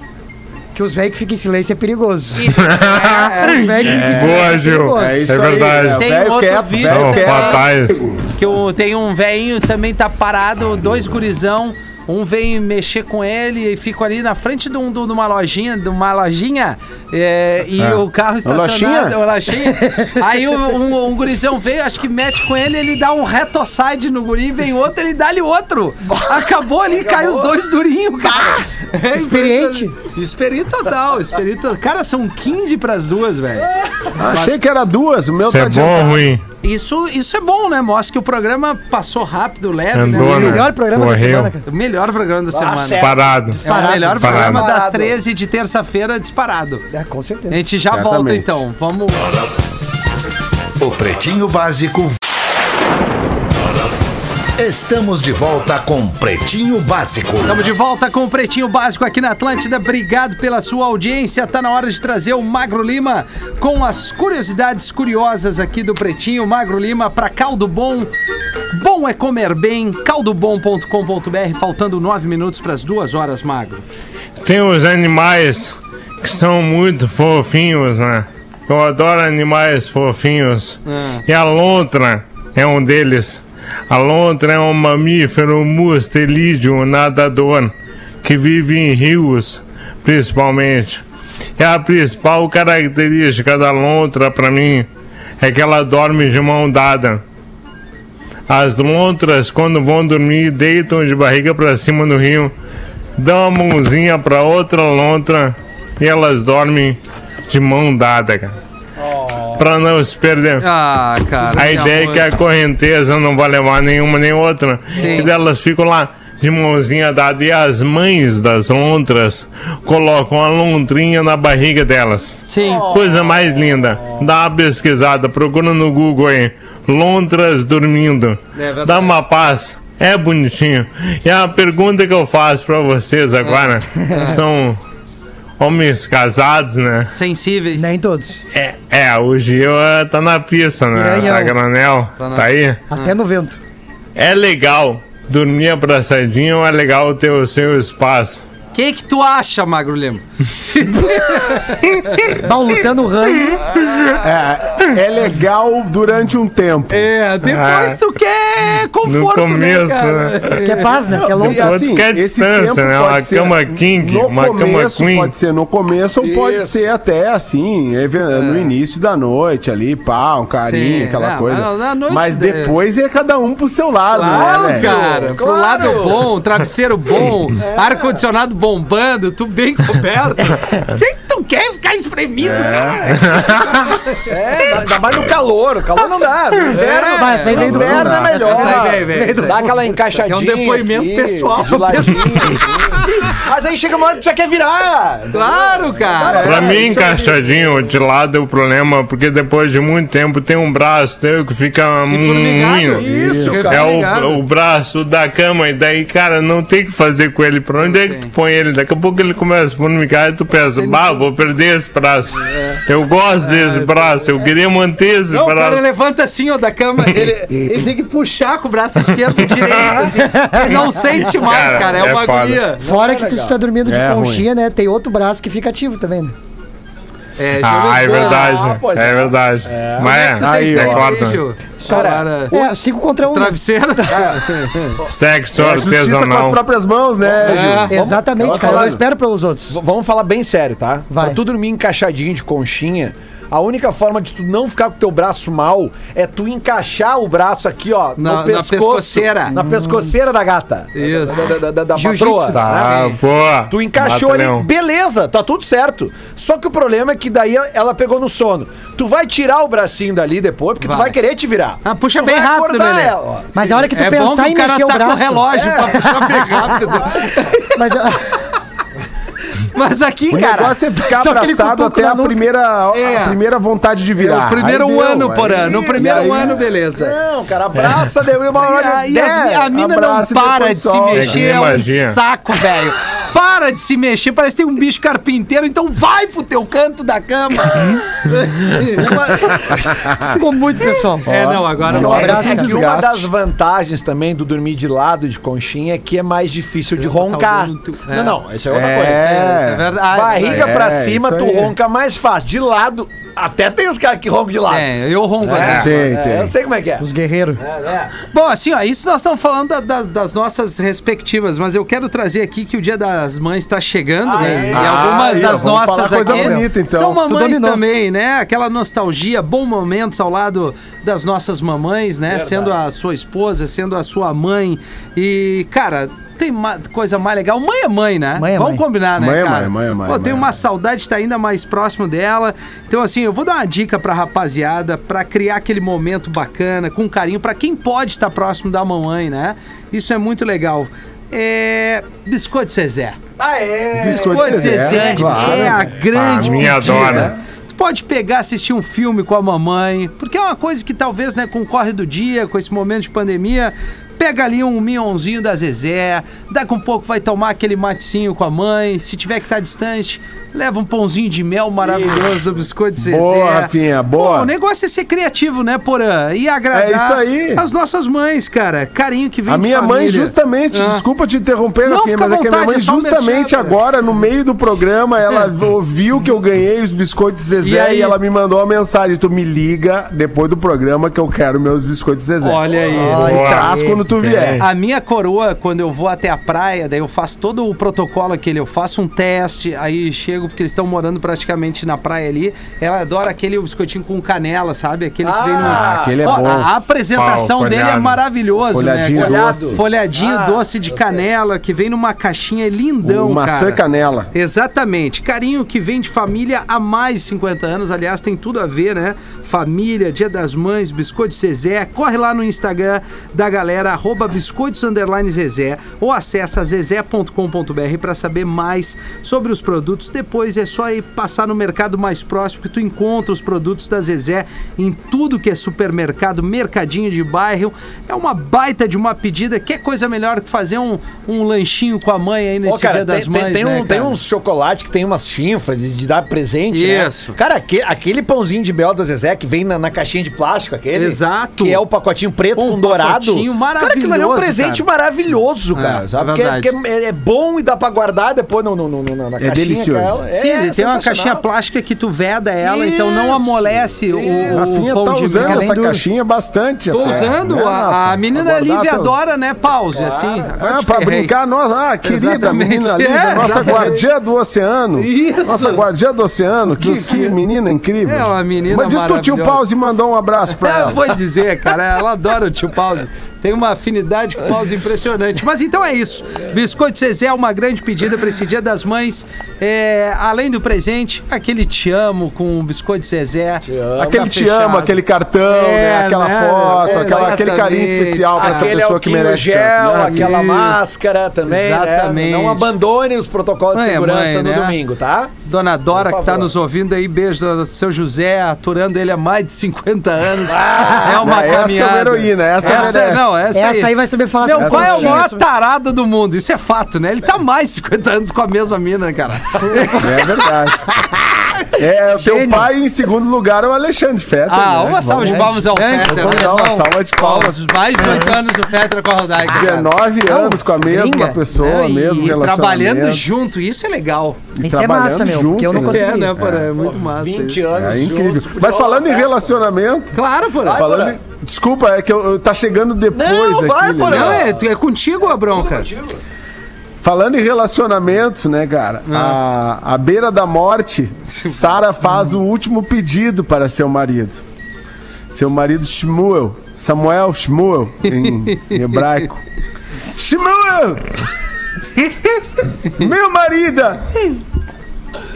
S3: Que os velhos que ficam em silêncio é perigoso. Os velhos que ficam em silêncio
S5: Boa, Gil.
S3: perigoso.
S5: É,
S2: É isso aí,
S5: verdade.
S2: né?
S1: Tem
S2: Velho
S1: outro
S2: quieto,
S1: vídeo.
S2: velho
S5: São
S2: quieto.
S5: fatais.
S3: Então
S1: Que eu, tem um velhinho também tá parado, dois gurizão. Um vem mexer com ele e fico ali na frente de, um, de uma lojinha, de uma lojinha, é, e o carro estacionado.
S2: lojinha?
S1: Uma lojinha. Aí o- um, um gurizão veio, acho que mete com ele, ele dá um retoside no guri, vem outro, ele dá-lhe outro. Acabou ali, cai os dois durinhos, cara. É
S3: Experiente.
S1: impressionante. Experiente total, experiente total. Cara, são 15 pras duas, velho.
S2: Achei que era duas. O meu
S5: Isso é
S2: tá
S5: bom ou ruim?
S1: Isso, isso é bom, né? Mostra que o programa passou rápido, leve, né?
S5: Andou, né?
S3: É Melhor programa da
S5: Correu.
S3: semana, cara.
S1: O melhor programa da semana.
S4: certo.
S5: Parado.
S1: É o melhor
S5: Disparado.
S1: programa das
S4: Disparado.
S1: 13 de terça-feira disparado.
S3: É, com
S1: A
S3: certeza.
S1: gente já
S2: Certamente.
S1: volta então. Vamos.
S7: O Pretinho Básico. Estamos de volta com Pretinho Básico.
S1: Estamos de volta com o Pretinho Básico aqui na Atlântida. Obrigado pela sua audiência. Tá na hora de trazer o Magro Lima com as curiosidades curiosas aqui do Pretinho. Magro Lima para Caldo Bom. Bom é comer bem. caldobom.com.br. Faltando nove minutos para as duas horas, Magro.
S5: Tem os animais que são muito fofinhos, né? Eu adoro animais fofinhos. E a lontra é um deles. A lontra é um mamífero mustelídeo nadador que vive em rios, principalmente. E a principal característica da lontra, para mim, é que ela dorme de mão dada. As lontras, quando vão dormir, deitam de barriga para cima do rio, dão a mãozinha para outra lontra e elas dormem de mão dada, cara. Pra não se perder.
S1: Ah, cara.
S5: a ideia é que a correnteza não vai levar nenhuma nem outra.
S1: Sim.
S5: E elas ficam lá de mãozinha dada. E as mães das lontras colocam a lontrinha na barriga delas.
S1: Sim.
S5: Coisa mais linda. Dá uma pesquisada, procura no Google aí. Lontras dormindo.
S1: É verdade.
S5: Dá uma paz. É bonitinho. E a pergunta que eu faço pra vocês
S1: É. <laughs>
S5: agora são homens casados, né?
S1: Sensíveis.
S3: Nem todos.
S5: É, é o Gil eh, tá na pista, né?
S3: Piranhão.
S5: Tá granel.
S1: Tá na-
S5: Tá aí?
S3: Até no vento.
S5: É legal dormir abraçadinho ou é legal ter o seu espaço?
S1: O que, que tu acha, Magro Lima?
S3: Bah, o Luciano Ranho.
S2: É, é legal durante um tempo.
S1: É, depois
S5: Ah.
S1: tu quer é
S5: no
S1: conforto, né,
S5: começo,
S1: cara?
S5: né?
S3: Que é paz, né? Que é
S2: Não,
S3: longa.
S2: e
S5: Quanto que é a
S2: Assim, esse
S5: distância,
S2: tempo
S5: né?
S2: pode
S5: Uma
S2: ser
S5: cama king,
S2: no
S5: uma cama
S2: começo,
S5: queen.
S2: Pode ser no começo ou pode
S4: Isso.
S2: ser até assim, even- no início da noite ali, pá, um carinho,
S1: Sim,
S2: aquela
S1: não,
S2: coisa.
S1: mas na noite
S2: Mas
S1: da-
S2: depois é cada um pro seu lado,
S1: Claro,
S2: né? velho?
S1: cara. Pro
S4: Claro.
S1: lado bom, travesseiro
S5: <laughs>
S1: bom,
S5: É.
S1: ar-condicionado bombando, tudo bem coberto. Quem tu quer ficar espremido, cara?
S4: É, dá- dá mais no calor. O calor não dá. No inverno,
S1: <laughs> É,
S3: Vai, essa aí
S2: não,
S3: veio do
S2: não
S3: inverno,
S2: dá.
S3: é melhor.
S1: Essa aí veio, veio, essa aí.
S4: Dá aquela encaixadinha.
S1: É um depoimento
S4: aqui,
S1: pessoal.
S4: de ladinho, assim. Mas aí chega uma hora que tu já quer virar.
S1: Claro, cara.
S5: Pra mim, encaixadinho de lado é o problema, porque depois de muito tempo tem um braço teu que fica moinho.
S4: Isso,
S1: Isso.
S5: É
S1: cara. Formigado.
S5: o, o braço da cama, e daí, cara, não tem o que fazer com ele. Pra onde é que tu põe ele? Daqui a pouco ele começa a formigar e tu pensa, bah, vou perder esse braço. Eu gosto desse braço, eu queria manter esse
S1: Não, o cara
S5: braço.
S1: levanta assim, ó, da cama,
S5: <laughs>
S1: ele, ele tem que puxar com o braço esquerdo e direito, assim. Ele
S5: <laughs>
S1: não sente mais, cara,
S5: Cara,
S1: é uma
S5: é foda.
S1: agonia.
S3: Fora que tu, se tá dormindo de
S2: É ruim.
S3: conchinha, né? Tem outro braço que fica ativo também, né?
S1: É,
S5: Ah, é
S1: Júlio,
S5: verdade,
S4: Ah, pois é.
S5: é verdade. Mas
S1: tu
S5: é,
S1: tem
S5: é
S1: feito
S5: claro.
S1: aí, Gil? Cara,
S3: É, cinco contra um. né?
S5: <laughs>
S1: Travesseiro?
S5: Sexo
S2: A É Justiça com as
S5: artesanal.
S2: próprias mãos,
S5: É,
S2: né, Gil?
S3: Exatamente,
S2: Vamos
S3: cara. Eu não
S2: falar-
S3: espero pelos outros.
S4: V- Vamos falar bem sério, tá?
S3: Vai.
S4: Pra tu dormir encaixadinho de conchinha, a única forma de tu não ficar com o teu braço mal é tu encaixar o braço aqui, ó,
S1: Na- na
S4: no pescoço.
S1: pescoceira. Hum.
S4: Na pescoceira da gata.
S1: Isso.
S4: Da, da, da, da
S3: Jiu-jitsu.
S4: patroa. né?
S5: Tá, pô.
S4: Tu encaixou
S5: batalhão.
S4: ali, beleza, tá tudo certo. Só que o problema é que daí ela pegou no sono. Tu vai tirar o bracinho dali depois, porque tu
S1: Vai.
S4: vai querer te virar.
S1: Ah, puxa
S4: Tu
S1: bem
S4: vai
S1: rápido,
S4: acordar
S1: Lelê.
S4: ela, ó.
S3: Mas a hora que tu
S1: é bom
S3: pensar
S1: que
S3: em
S1: o cara
S3: mexer o
S1: tá com o
S3: braço.
S1: relógio pra puxar bem rápido.
S3: Mas, ah,
S1: Mas aqui,
S2: O
S1: cara,
S2: negócio é ficar
S3: só aquele
S2: abraçado
S3: cutuco
S2: até
S3: na
S2: a
S3: nuca.
S2: primeira, a
S1: É.
S2: primeira vontade de
S1: É
S2: virar.
S1: o <laughs> primeiro
S2: Aí
S1: um
S2: deu,
S1: ano,
S2: aí-
S1: Porã. No primeiro
S2: aí-
S1: ano, beleza.
S4: Não, cara, abraça, deu É, uma hora.
S1: E as mi- a mina não
S2: abraça e
S1: para
S2: depois
S1: de se
S2: solta.
S5: É
S1: mexer,
S5: que
S1: é
S5: nem
S1: um
S5: magia.
S1: saco, velho. Para de se mexer, parece que tem um bicho carpinteiro, então vai pro teu canto da cama.
S3: <laughs> ficou muito, pessoal.
S1: <laughs> é, não, agora
S2: Não,
S1: vai.
S2: abraço.
S4: É que uma
S2: Desgaste.
S4: das vantagens também do dormir de lado de conchinha é que é mais difícil de
S1: Eu ia botar o
S4: roncar.
S1: dedo no tu- é.
S4: Não, não, isso é outra
S2: É.
S4: coisa.
S1: É verdade.
S4: Barriga
S2: É,
S4: pra cima,
S2: isso
S4: tu
S2: aí.
S4: ronca mais fácil. De lado, até tem os caras que roncam de lado.
S1: É, eu ronco.
S4: É,
S1: né?
S2: Tem,
S4: é,
S2: tem.
S4: eu sei como é que é.
S3: Os guerreiros.
S1: Bom, assim, ó, isso nós estamos falando da- das- das nossas respectivas, mas eu quero trazer aqui que o Dia das Mães está chegando, né?
S4: é.
S1: E algumas
S2: Ah,
S1: das
S2: vamos falar
S1: nossas
S2: coisa
S1: aqui
S2: bonita, então.
S1: são
S2: Tu
S1: mamães
S3: dominou.
S1: também, né? Aquela nostalgia, bons momentos ao lado das nossas mamães, né? Sendo a sua esposa, sendo a sua mãe. E, cara. Tem ma- coisa mais legal. Mãe é mãe, né?
S3: Mãe é
S1: Vamos
S3: mãe.
S1: combinar, né,
S2: Mãe é
S1: cara?
S2: mãe, mãe é mãe,
S1: Pô,
S2: mãe
S1: tem
S2: é
S1: uma
S2: mãe.
S1: saudade tá ainda mais próximo dela. Então, assim, eu vou dar uma dica pra rapaziada pra criar aquele momento bacana, com carinho, pra quem pode estar próximo da mamãe, né? Isso é muito legal. É. Biscoito Zezé.
S4: Ah, é.
S1: Biscoito Zezé
S2: claro.
S1: é a grande
S5: Ah, minha
S1: pedida.
S5: adora.
S1: Tu pode pegar, assistir um filme com a mamãe, porque é uma coisa que talvez, né, com o corre do dia, com esse momento de pandemia, pega ali um minhãozinho da Zezé, daqui um pouco vai tomar aquele matezinho com a mãe, se tiver que estar distante, leva um pãozinho de mel maravilhoso do Biscoito Zezé.
S2: Boa, Rafinha, boa.
S1: Pô, o negócio é ser criativo, né, Porã? E agradar
S2: É isso aí.
S1: as nossas mães, cara. Carinho que vem
S2: A
S1: de
S2: minha mãe,
S1: família.
S2: justamente,
S1: Ah.
S2: desculpa te interromper,
S1: Não,
S2: Rafinha,
S1: fica à
S2: mas é que a minha
S1: vontade,
S2: mãe,
S1: é só um
S2: justamente
S1: merchan, cara.
S2: agora, no meio do programa, ela ouviu que eu ganhei os biscoitos Zezé
S1: E
S2: e,
S1: aí?
S2: ela me mandou uma mensagem: tu me liga depois do programa que eu quero meus biscoitos Zezé.
S1: Olha aí. Ah,
S2: Ai,
S5: Boa.
S2: traz quando tu vier.
S1: A minha coroa, quando eu vou até a praia, daí eu faço todo o protocolo aquele, eu faço um teste, aí chego, porque eles estão morando praticamente na praia ali. Ela adora aquele biscoitinho com canela, sabe? Aquele que vem no.
S4: Ah,
S2: aquele é
S1: Ó,
S2: bom.
S1: A apresentação
S5: Pau,
S1: dele é
S5: folhado.
S1: maravilhoso,
S2: Folhadinho
S1: né? cara?
S2: doce.
S1: Folhadinho doce de canela, que vem numa caixinha lindão,
S2: O maçã
S1: cara.
S2: canela.
S1: Exatamente. Carinho que vem de família há mais de 50 anos. Aliás, tem tudo a ver, né? Família, Dia das Mães, Biscoito Zezé. Corre lá no Instagram da galera, arroba biscoitos underline Zezé ou acessa zezé.com.br para saber mais sobre os produtos. Depois é só ir passar no mercado mais próximo que tu encontra os produtos da Zezé em tudo que é supermercado, mercadinho de bairro. É uma baita de uma pedida. Que coisa melhor que fazer um, um lanchinho com a mãe aí nesse
S4: Ô, cara,
S1: Dia das
S4: tem,
S1: Mães,
S4: tem, tem,
S1: né,
S4: um, tem
S1: cara?
S4: uns chocolate que tem umas chinfras de, de dar presente, né?
S1: Isso.
S4: Cara, aque- aquele pãozinho de mel da Zezé que vem na, na caixinha de plástico, aquele.
S1: Exato.
S4: Que é o pacotinho preto
S1: Um
S4: com dourado.
S1: pacotinho
S4: aquilo ali é um
S1: maravilhoso,
S4: presente
S1: cara.
S4: maravilhoso, cara.
S1: É,
S4: sabe?
S1: é
S4: Porque é-
S1: verdade.
S4: porque é, é bom e dá pra guardar depois no, no, no, no- na caixinha.
S2: É delicioso.
S4: aquela.
S1: Sim, ele tem uma
S4: É, sensacional.
S1: caixinha plástica que tu veda ela, então não
S4: Isso,
S1: amolece o, o
S2: Rafinha
S1: pão
S2: tá
S1: de
S2: usando
S1: mel.
S2: essa
S3: duro.
S2: caixinha bastante.
S1: Tô
S2: até,
S1: usando,
S2: né,
S1: a,
S2: Rafa?
S1: a menina ali
S2: Guardar teu-
S1: adora, né? Pause, assim.
S2: Ah,
S1: te
S2: pra
S1: ferrei.
S2: brincar, nós, ah, querida
S1: Exatamente.
S2: menina linda,
S1: É,
S2: nossa
S1: exatamente.
S2: guardiã do oceano.
S1: Isso.
S2: Nossa guardiã do oceano, que, que menina incrível.
S1: É uma menina
S2: Mas discutiu o
S1: maravilhosa.
S2: pause e mandou um abraço pra
S1: Ah,
S2: ela.
S1: vou dizer, cara, ela adora o tio Pause. Tem uma afinidade com o Pause impressionante. Mas então é isso. Biscoito Zezé é uma grande pedida para esse Dia das Mães. É, além do presente, aquele te amo com o Biscoito Zezé.
S2: Aquele
S1: Tá
S2: te
S1: fechado.
S2: ama, aquele cartão,
S1: É,
S2: né, aquela
S1: né?
S2: foto,
S1: É,
S2: aquela- aquele carinho
S1: exatamente.
S2: especial pra essa
S4: Aquele
S2: pessoa que
S4: alquinho
S2: merece
S4: gel,
S2: tanto, né?
S4: aquela
S2: Isso.
S4: máscara também, né?
S1: Exatamente.
S4: Não abandone os protocolos de
S1: Mãe é
S4: segurança
S1: mãe,
S4: no
S1: né?
S4: domingo, tá?
S1: Dona Dora,
S4: Por
S1: que tá
S4: favor.
S1: nos ouvindo aí, beijo do seu José, aturando ele há mais de 50 anos. é uma
S2: essa é uma
S1: caminhada.
S2: heroína, essa merece.
S1: não, essa,
S3: Essa aí vai saber falar
S1: Meu
S3: sobre
S1: pai é o
S3: tudo
S1: maior
S3: isso.
S1: tarado do mundo, isso é fato, né? Ele tá mais de 50 anos com a mesma mina, cara.
S2: É verdade. É, o teu
S3: Gênio.
S2: pai em segundo lugar é o Alexandre Fetter.
S1: Ah,
S2: né?
S1: uma salva de palmas ao Fetter.
S2: Vamos
S1: né?
S2: dar uma salva de palmas.
S1: Palmas, mais de 8 anos o Fetter com a Rodaica. cara.
S2: 19 anos com a mesma
S3: gringa.
S2: pessoa,
S1: Né? E-
S2: mesmo
S1: e
S2: relacionamento.
S1: trabalhando junto, isso é legal.
S2: E
S3: Isso é massa,
S2: trabalhando
S3: meu, porque eu não
S2: junto, né?
S3: consegui.
S1: né, Porã? É muito massa.
S4: 20
S1: isso.
S4: anos.
S2: É incrível.
S4: juntos,
S2: Mas
S4: podia
S2: falando em
S4: rolar festa.
S2: relacionamento,
S1: Claro, Porã.
S2: falando em- Desculpa, é que eu, eu tá chegando depois
S4: Não,
S2: aqui. né?
S4: vai,
S2: Lelê.
S4: Porã.
S1: Não, é, é contigo a bronca.
S2: Falando em relacionamento, né, cara? A, a beira da morte, Sara faz o último pedido para seu marido. Seu marido Shmuel, Samuel Shmuel, em hebraico. Shmuel! Meu marido!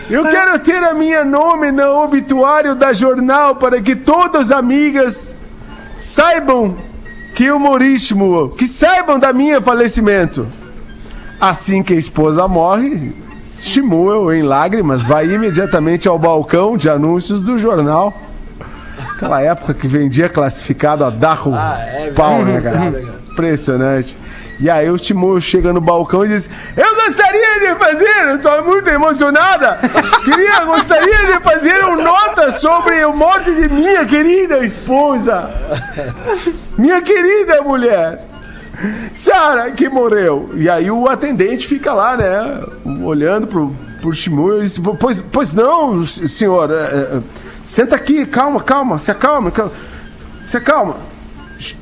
S2: Eu quero ter a minha nome no obituário da jornal para que todas as amigas saibam que eu mori, Shmuel, que saibam da minha falecimento. Assim que a esposa morre, Shmuel, em lágrimas, vai imediatamente ao balcão de anúncios do jornal. Aquela época que vendia classificado a dar o pau, né, cara? Impressionante. E aí o Shmuel chega no balcão e diz: Eu gostaria de fazer, estou muito emocionada. Queria, gostaria de fazer uma nota sobre o morte de minha querida esposa. Minha querida mulher. Sara, que morreu. E aí o atendente fica lá, né? Olhando pro, pro Shimura e diz: pois, pois não, s- senhor. é, é, é, senta aqui, calma, calma, se acalma, calma, se acalma.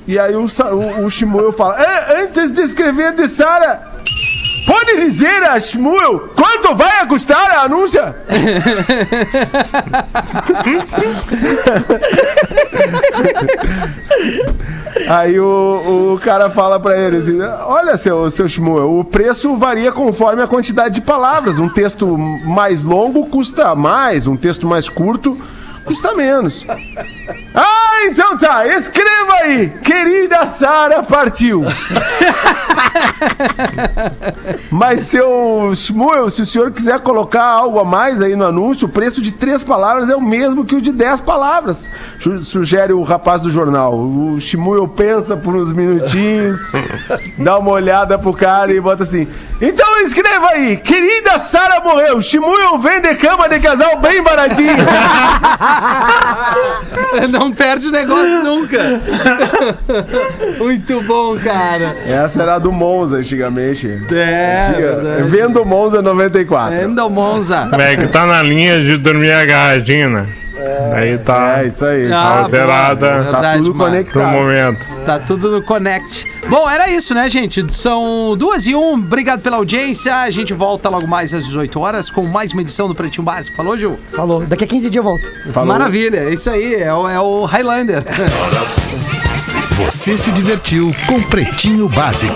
S2: E aí o, Sa- o, o Shmuel fala: "É, Antes de escrever de Sara, pode dizer a Shmuel quanto vai custar a anúncia? Aí o, o cara fala pra ele assim: Olha, seu, seu Shmuel, o preço varia conforme a quantidade de palavras. Um texto mais longo custa mais, um texto mais curto custa menos. Ah, então tá, escreva aí! Querida Sara partiu! Mas, seu Shmuel, se o senhor quiser colocar algo a mais aí no anúncio, o preço de três palavras é o mesmo que o de dez palavras, su- sugere o rapaz do jornal. O Shmuel pensa por uns minutinhos,
S1: <laughs>
S2: dá uma olhada pro cara e bota assim: Então escreva aí, querida Sara morreu, Shmuel vende cama de casal
S1: <laughs>
S2: bem baratinho.
S1: Não perde o negócio nunca. <laughs> Muito bom, cara.
S2: Essa era a do Monza antigamente.
S1: É, verdade.
S2: Vendo Monza 94.
S1: Ainda o Monza.
S5: Velho, que tá na linha de dormir agarradinho, né? Aí tá
S2: É isso aí.
S1: Ah,
S5: alterada
S1: boa.
S2: tá
S1: verdade,
S2: tudo
S1: mano.
S5: pro
S2: conectado.
S5: momento.
S1: Tá tudo no Connect. Bom, era isso, né, gente? São duas e um. Obrigado pela audiência. A gente volta logo mais às 18 horas com mais uma edição do Pretinho Básico. Falou, Gil?
S3: É, Falou. Daqui a 15 dias eu volto.
S2: Falou.
S1: Maravilha. É isso aí. É o, é o Highlander. <laughs>
S7: Você se divertiu com Pretinho Básico.